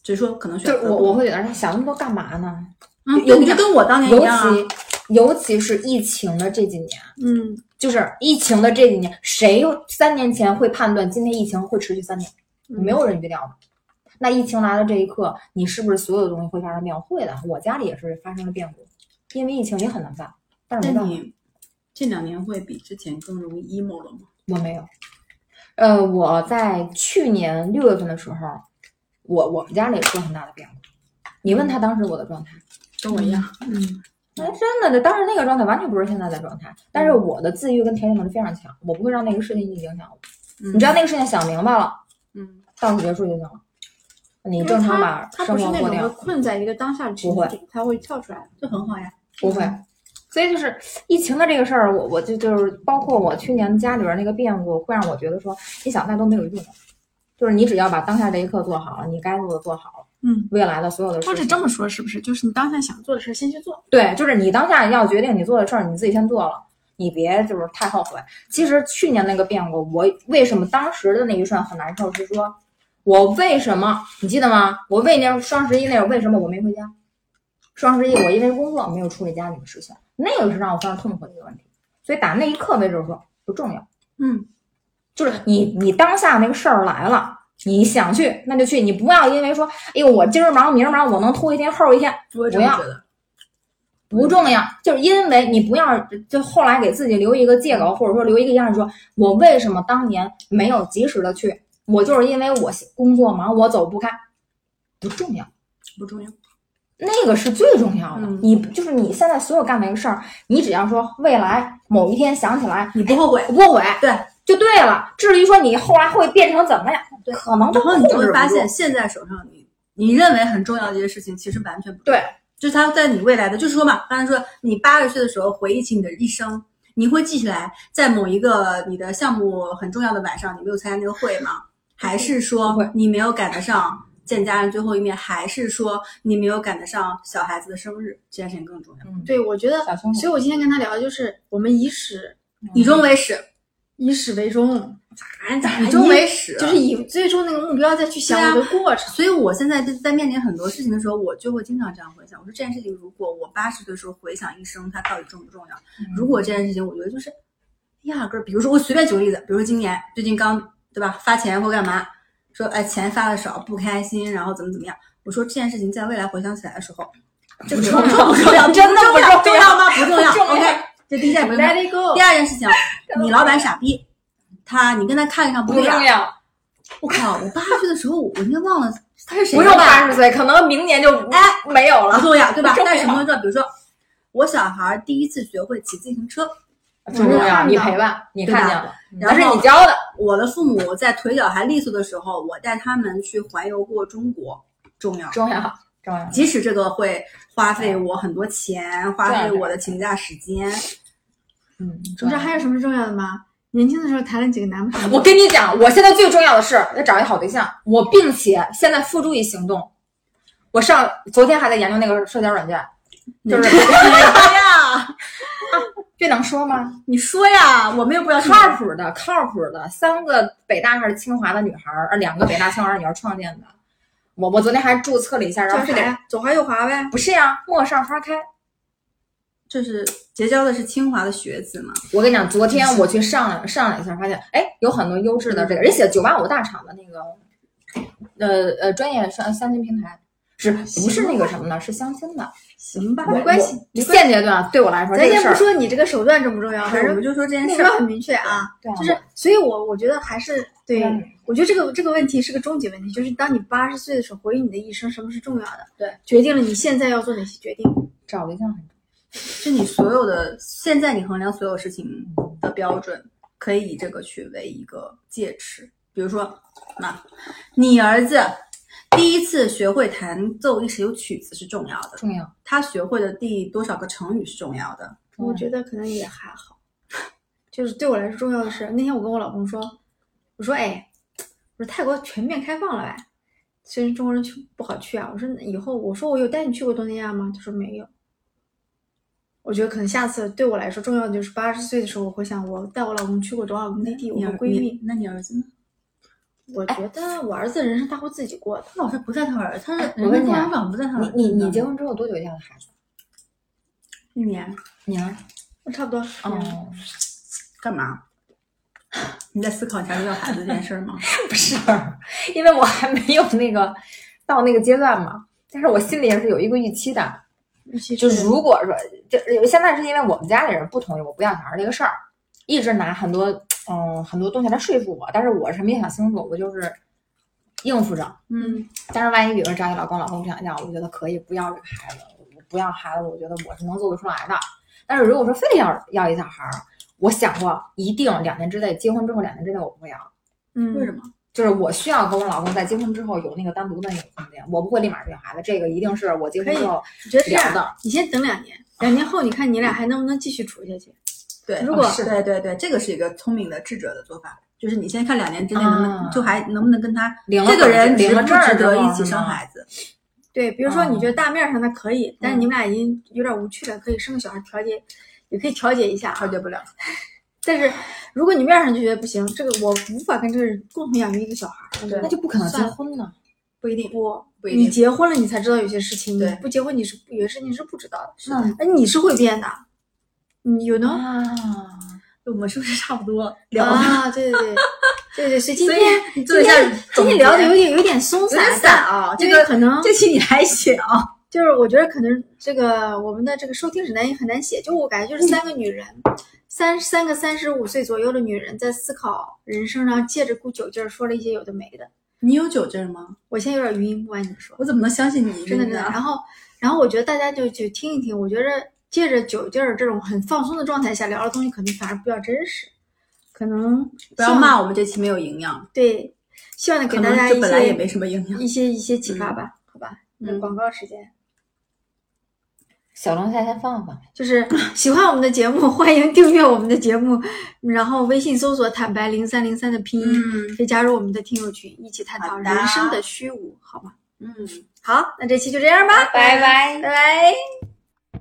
[SPEAKER 3] 只是说可能选
[SPEAKER 2] 就
[SPEAKER 3] 择
[SPEAKER 2] 是我
[SPEAKER 3] 不
[SPEAKER 2] 我
[SPEAKER 3] 同
[SPEAKER 2] 会觉得想那么多干嘛呢？
[SPEAKER 3] 嗯，
[SPEAKER 2] 有
[SPEAKER 3] 对你就跟我当年一样啊，
[SPEAKER 2] 尤其尤其是疫情的这几年，
[SPEAKER 4] 嗯，
[SPEAKER 2] 就是疫情的这几年，谁又三年前会判断今天疫情会持续三年？
[SPEAKER 3] 嗯
[SPEAKER 2] 没有人预料的。那疫情来的这一刻，你是不是所有的东西会发生变化？会的，我家里也是发生了变故，因为疫情也很难办。但是没
[SPEAKER 3] 那
[SPEAKER 2] 办法，
[SPEAKER 3] 你这两年会比之前更容易 emo 了吗？
[SPEAKER 2] 我没有。呃，我在去年六月份的时候，我我们家里出了很大的变故。你问他当时我的状态。
[SPEAKER 3] 跟我一样，
[SPEAKER 4] 嗯，
[SPEAKER 2] 哎，真的，这当时那个状态完全不是现在的状态。但是我的自愈跟调节能力非常强，我不会让那个事情去影响我。
[SPEAKER 3] 你
[SPEAKER 2] 你只要，那个事情想明白了，
[SPEAKER 3] 嗯，
[SPEAKER 2] 到此结束就行了。你
[SPEAKER 4] 因为
[SPEAKER 2] 正常
[SPEAKER 4] 他
[SPEAKER 2] 把
[SPEAKER 4] 他
[SPEAKER 2] 生
[SPEAKER 4] 不是
[SPEAKER 2] 活
[SPEAKER 4] 那
[SPEAKER 2] 过
[SPEAKER 4] 种会
[SPEAKER 2] 掉，
[SPEAKER 4] 困在一个当下的情
[SPEAKER 2] 不会
[SPEAKER 4] 绪，他会跳出来的。
[SPEAKER 3] 这很好呀。
[SPEAKER 2] 不会。嗯所以就是疫情的这个事儿，我我就就是包括我去年家里边那个变故，会让我觉得说，你想再多没有用。就是你只要把当下这一刻做好了，你该做的做好了，
[SPEAKER 4] 嗯，
[SPEAKER 2] 未来的所有的事
[SPEAKER 4] 或者
[SPEAKER 2] 情
[SPEAKER 4] 这么说，是不是？就是你当下想做的事儿先去做。
[SPEAKER 2] 对，就是你当下要决定你做的事儿，你自己先做了，你别就是太后悔。其实去年那个变故，我为什么当时的那一瞬很难受，是说我为什么你记得吗？我为那双十一那会儿为什么我没回家？双十一我因为工作没有处理家里的事情，那个是让我非常痛苦的一个问题。所以打那一刻为止说不重要，
[SPEAKER 3] 嗯，
[SPEAKER 2] 就是你你当下那个事儿来了，你想去那就去，你不要因为说，哎呦我今儿忙明儿忙，我能拖一天后一天，
[SPEAKER 3] 我也这
[SPEAKER 2] 不
[SPEAKER 3] 么
[SPEAKER 2] 要
[SPEAKER 3] 觉得。
[SPEAKER 2] 不重要，就是因为你不要就后来给自己留一个借口，或者说留一个样子，说我为什么当年没有及时的去，我就是因为我工作忙，我走不开，不重要，
[SPEAKER 3] 不重要。
[SPEAKER 2] 那个是最重要的。
[SPEAKER 3] 嗯
[SPEAKER 2] 你就是你现在所有干的一个事儿，你只要说未来某一天想起来，
[SPEAKER 3] 你不后悔，
[SPEAKER 2] 不后悔，
[SPEAKER 3] 对，
[SPEAKER 2] 就对了。至于说你后来会变成怎么样，可能都
[SPEAKER 3] 然后你就
[SPEAKER 2] 控
[SPEAKER 3] 会
[SPEAKER 2] 制不
[SPEAKER 3] 发
[SPEAKER 2] 住
[SPEAKER 3] 现，现在手上你你认为很重要的一些事情，其实完全不重要
[SPEAKER 2] 对，
[SPEAKER 3] 就是它在你未来的，就是说嘛，刚才说你八十岁的时候回忆起你的一生，你会记起来，在某一个你的项目很重要的晚上，你没有参加那个会吗？还是说
[SPEAKER 2] 不会
[SPEAKER 3] 你没有赶得上见家人最后一面？还是说你没有赶得上小孩子的生日？这件事情更重要。
[SPEAKER 2] 嗯，
[SPEAKER 4] 对，我觉得
[SPEAKER 2] 小松，
[SPEAKER 4] 所以我今天跟他聊，就是我们以史
[SPEAKER 3] 以终为始，
[SPEAKER 4] 以史为终，
[SPEAKER 3] 以终为始，
[SPEAKER 4] 就是以最终那个目标再去想我的
[SPEAKER 2] 啊
[SPEAKER 4] 过程。
[SPEAKER 3] 所以我现在就在面临很多事情的时候，我就会经常这样回想。我说这件事情，如果我八十岁的时候回想一生，它到底重不重要？
[SPEAKER 2] 嗯
[SPEAKER 3] 如果这件事情，我觉得就是压根儿，比如说我随便举个例子，比如说今年最近刚对吧发钱或干嘛，说哎钱发的少不开心，然后怎么怎么样。我说这件事情在未来回想起来的时候，这个重不重要？
[SPEAKER 2] 真的不
[SPEAKER 3] 重要，
[SPEAKER 2] 重
[SPEAKER 3] 重
[SPEAKER 2] 要
[SPEAKER 3] 要吗？不重要。
[SPEAKER 2] 不重要
[SPEAKER 3] OK，这第一件不重要
[SPEAKER 4] Let。it go，
[SPEAKER 3] 第二件事情，你老板傻逼，他你跟他看上不
[SPEAKER 2] 不
[SPEAKER 3] 对
[SPEAKER 2] 重
[SPEAKER 3] 眼。
[SPEAKER 2] 要，
[SPEAKER 3] 我靠，我八十岁的时候，我应该忘了他是谁
[SPEAKER 2] 不用
[SPEAKER 3] 了吧
[SPEAKER 2] 八十岁，可能明年就
[SPEAKER 3] 哎
[SPEAKER 2] 没有
[SPEAKER 3] 不
[SPEAKER 2] 了。
[SPEAKER 3] 重要，对吧？
[SPEAKER 2] 重要
[SPEAKER 3] 但是什么重要？比如说，我小孩儿第一次学会骑自行车，
[SPEAKER 2] 不重
[SPEAKER 4] 我
[SPEAKER 2] 要，
[SPEAKER 4] 看
[SPEAKER 2] 你
[SPEAKER 4] 到
[SPEAKER 2] 陪伴，你
[SPEAKER 3] 对
[SPEAKER 2] 看
[SPEAKER 3] 吧
[SPEAKER 2] 见了，
[SPEAKER 3] 然
[SPEAKER 2] 那
[SPEAKER 3] 后
[SPEAKER 2] 是你教的。
[SPEAKER 3] 我的父母在腿脚还利索的时候，我带他们去环游过中国，重要。
[SPEAKER 2] 重要，重要。
[SPEAKER 3] 即使这个会花费我很多钱，花费我的请假时间，
[SPEAKER 2] 嗯，
[SPEAKER 4] 你知道还有什么重要的吗？年轻的时候谈了几个男朋友，
[SPEAKER 2] 我跟你讲，我现在最重要的是要找一好对象，我并且现在付诸于行动。我上昨天还在研究那个社交软件，就是
[SPEAKER 3] 哎呀，
[SPEAKER 2] 这能说吗？
[SPEAKER 3] 你说呀，我们又不要
[SPEAKER 2] 靠谱的，靠谱的，三个北大还是清华的女孩儿，呃两个北大清华的女孩儿创建的。我我昨天还注册了一下，然
[SPEAKER 4] 叫
[SPEAKER 2] 后非
[SPEAKER 4] 啥
[SPEAKER 2] 得
[SPEAKER 4] 呀？左滑右滑呗。
[SPEAKER 2] 不是呀，陌上花开。
[SPEAKER 3] 就是结交的是清华的学子嘛，
[SPEAKER 2] 我跟你讲，昨天我去上了上了一下，发现哎，有很多优质的这个人写九八五大厂的那个，呃呃，专业相相亲平台是不是那个什么呢？是相亲的，
[SPEAKER 3] 行吧，
[SPEAKER 4] 没关系。
[SPEAKER 2] 我现阶段啊对我来说，
[SPEAKER 4] 咱
[SPEAKER 2] 这个
[SPEAKER 4] 先
[SPEAKER 2] 事
[SPEAKER 4] 不
[SPEAKER 2] 儿
[SPEAKER 4] 说你这个手段重不重要，反
[SPEAKER 3] 对，我
[SPEAKER 4] 正
[SPEAKER 3] 们就说这件
[SPEAKER 4] 目
[SPEAKER 3] 事
[SPEAKER 4] 标
[SPEAKER 3] 儿，
[SPEAKER 4] 很明确啊。
[SPEAKER 2] 对啊
[SPEAKER 4] 就是，所以我我觉得还是对
[SPEAKER 2] 嗯，
[SPEAKER 4] 我觉得这个这个问题是个终极问题，就是当你八十岁的时候，回忆你的一生，什么是重要的，
[SPEAKER 3] 对，
[SPEAKER 4] 决定了你现在要做哪些决定。
[SPEAKER 2] 找对象很重
[SPEAKER 3] 是你所有的现在你衡量所有事情的标准，可以以这个去为一个戒尺。比如说，妈，你儿子第一次学会弹奏一首曲子是重要的，
[SPEAKER 2] 重要。
[SPEAKER 3] 他学会的第多少个成语是重要的。
[SPEAKER 2] 嗯
[SPEAKER 4] 我觉得可能也还好，就是对我来说重要的是，那天我跟我老公说，我说哎，我说泰国全面开放了呗，虽然中国人去不好去啊，我说那以后我说我有带你去过东南亚吗？他说没有。我觉得可能下次对我来说重要的就是八十岁的时候，我回想我带我老公去过多少个内地，我
[SPEAKER 3] 你
[SPEAKER 4] 和
[SPEAKER 3] 儿
[SPEAKER 4] 闺蜜
[SPEAKER 3] 你，那你儿子呢？
[SPEAKER 4] 我
[SPEAKER 3] 哎
[SPEAKER 4] 觉得我儿子的人生他会自己过的。
[SPEAKER 3] 他老是不在他儿子，他是
[SPEAKER 2] 我问你啊
[SPEAKER 3] 人家共产党不在他嗯儿
[SPEAKER 2] 你
[SPEAKER 3] 子
[SPEAKER 2] 你你
[SPEAKER 3] 呢
[SPEAKER 2] 结婚之后多久要的孩子？
[SPEAKER 3] 一年
[SPEAKER 2] 你呢？
[SPEAKER 4] 差不多十年，
[SPEAKER 2] 哦，
[SPEAKER 3] 干嘛？ 你在思考你家里要孩子这件事儿吗？
[SPEAKER 2] 不是，因为我还没有那个到那个阶段嘛，但是我心里也是有一个预期的。
[SPEAKER 4] 预期
[SPEAKER 2] 就
[SPEAKER 4] 之内
[SPEAKER 2] 如果说，就现在是因为我们家里人不同意我不要小孩这个事儿，一直拿很多嗯很多东西来说服我，但是我是没想清楚，我就是应付着。
[SPEAKER 3] 嗯，
[SPEAKER 2] 但是万一比如说找你老公，老公不想要，我觉得可以不要这个孩子，我不要孩子，我觉得我是能做得出来的。但是如果说非得要要一小孩儿，我想过一定两年之内结婚之后两年之内我不会要，
[SPEAKER 4] 嗯，
[SPEAKER 3] 为什么？
[SPEAKER 2] 就是我需要跟我老公在结婚之后有那个单独的那个空间，我不会立马就有孩子，这个一定是我结婚之后
[SPEAKER 4] 我觉得这
[SPEAKER 2] 聊
[SPEAKER 4] 样，
[SPEAKER 2] 的。
[SPEAKER 4] 你先等两年，两年后你看你俩还能不能继续处下去？
[SPEAKER 3] 对，
[SPEAKER 4] 如果
[SPEAKER 3] 啊对对对，这个是一个聪明的智者的做法，就是你先看两年之内能不能、
[SPEAKER 2] 啊
[SPEAKER 3] 就还能不能跟他
[SPEAKER 2] 领了
[SPEAKER 3] 这个
[SPEAKER 2] 本儿
[SPEAKER 3] 人值
[SPEAKER 2] 领
[SPEAKER 3] 不
[SPEAKER 2] 了证儿
[SPEAKER 3] 值
[SPEAKER 2] 之
[SPEAKER 3] 得
[SPEAKER 2] 后啊
[SPEAKER 3] 一起
[SPEAKER 2] 是
[SPEAKER 3] 生
[SPEAKER 2] 吗
[SPEAKER 3] 孩子。
[SPEAKER 4] 对，比如说你
[SPEAKER 2] 哦
[SPEAKER 4] 觉得大面上他可以，但
[SPEAKER 3] 嗯
[SPEAKER 4] 是你们俩已经有点无趣了，可以生个小孩调节，也可以调节一下啊。
[SPEAKER 3] 调节不了，
[SPEAKER 4] 但是如果你面上就觉得不行，这个我无法跟这个人共同养育一个小孩儿，
[SPEAKER 3] 对
[SPEAKER 2] 那就不可能结
[SPEAKER 4] 算了
[SPEAKER 2] 婚了。
[SPEAKER 3] 不一定，
[SPEAKER 4] 不，
[SPEAKER 3] 不一
[SPEAKER 4] 你
[SPEAKER 3] 定
[SPEAKER 4] 结婚了你才知道有些事情，你
[SPEAKER 3] 对嗯
[SPEAKER 4] 不结婚你是有些事情是不知道的，
[SPEAKER 2] 那
[SPEAKER 4] 那你是会变的，你有呢？
[SPEAKER 2] 啊，
[SPEAKER 3] 我们是不是差不多聊了？
[SPEAKER 4] 啊，对对对，对对，所以今
[SPEAKER 3] 所以
[SPEAKER 4] 天
[SPEAKER 3] 你做
[SPEAKER 4] 今
[SPEAKER 3] 一下
[SPEAKER 4] 天今
[SPEAKER 3] 总结
[SPEAKER 4] 天聊的有点有点松散
[SPEAKER 3] 有点散啊
[SPEAKER 4] 这
[SPEAKER 3] 这个
[SPEAKER 4] 可能
[SPEAKER 3] 这期你还写啊？
[SPEAKER 4] 就是我觉得可能这个我们的这个收听指南也很难写，就我感觉就是三个女人，三三个三十五岁左右的女人在思考人生，然后借着股酒劲儿说了一些有的没的。
[SPEAKER 3] 你有酒劲儿吗？
[SPEAKER 4] 我现在有点晕，不按你说
[SPEAKER 3] 我，啊怎么能相信你
[SPEAKER 4] 真的
[SPEAKER 3] 呢
[SPEAKER 4] 真的。然后然后我觉得大家就去听一听，我觉得借着酒劲儿这种很放松的状态下聊的东西，可能反而比较真实，可能
[SPEAKER 3] 不要
[SPEAKER 4] 希望
[SPEAKER 3] 骂我们这期没有营养，
[SPEAKER 4] 对，希望给
[SPEAKER 3] 可
[SPEAKER 4] 大
[SPEAKER 3] 能
[SPEAKER 4] 家
[SPEAKER 3] 这
[SPEAKER 4] 一
[SPEAKER 3] 本来也
[SPEAKER 4] 些
[SPEAKER 3] 没什么营养。
[SPEAKER 4] 一些一些启发
[SPEAKER 3] 嗯
[SPEAKER 4] 吧，好吧。那
[SPEAKER 3] 嗯
[SPEAKER 4] 广告时间，
[SPEAKER 2] 小龙虾先放放。
[SPEAKER 4] 就是喜欢我们的节目， 欢迎订阅我们的节目，然后微信搜索“坦白零三零三”的拼音，
[SPEAKER 3] 嗯
[SPEAKER 4] 可以加入我们的听友群，一起探讨
[SPEAKER 3] 好的
[SPEAKER 4] 人生的虚无，好吗？
[SPEAKER 3] 嗯。
[SPEAKER 4] 好，那这期就这样吧，
[SPEAKER 2] 拜拜
[SPEAKER 4] 拜拜。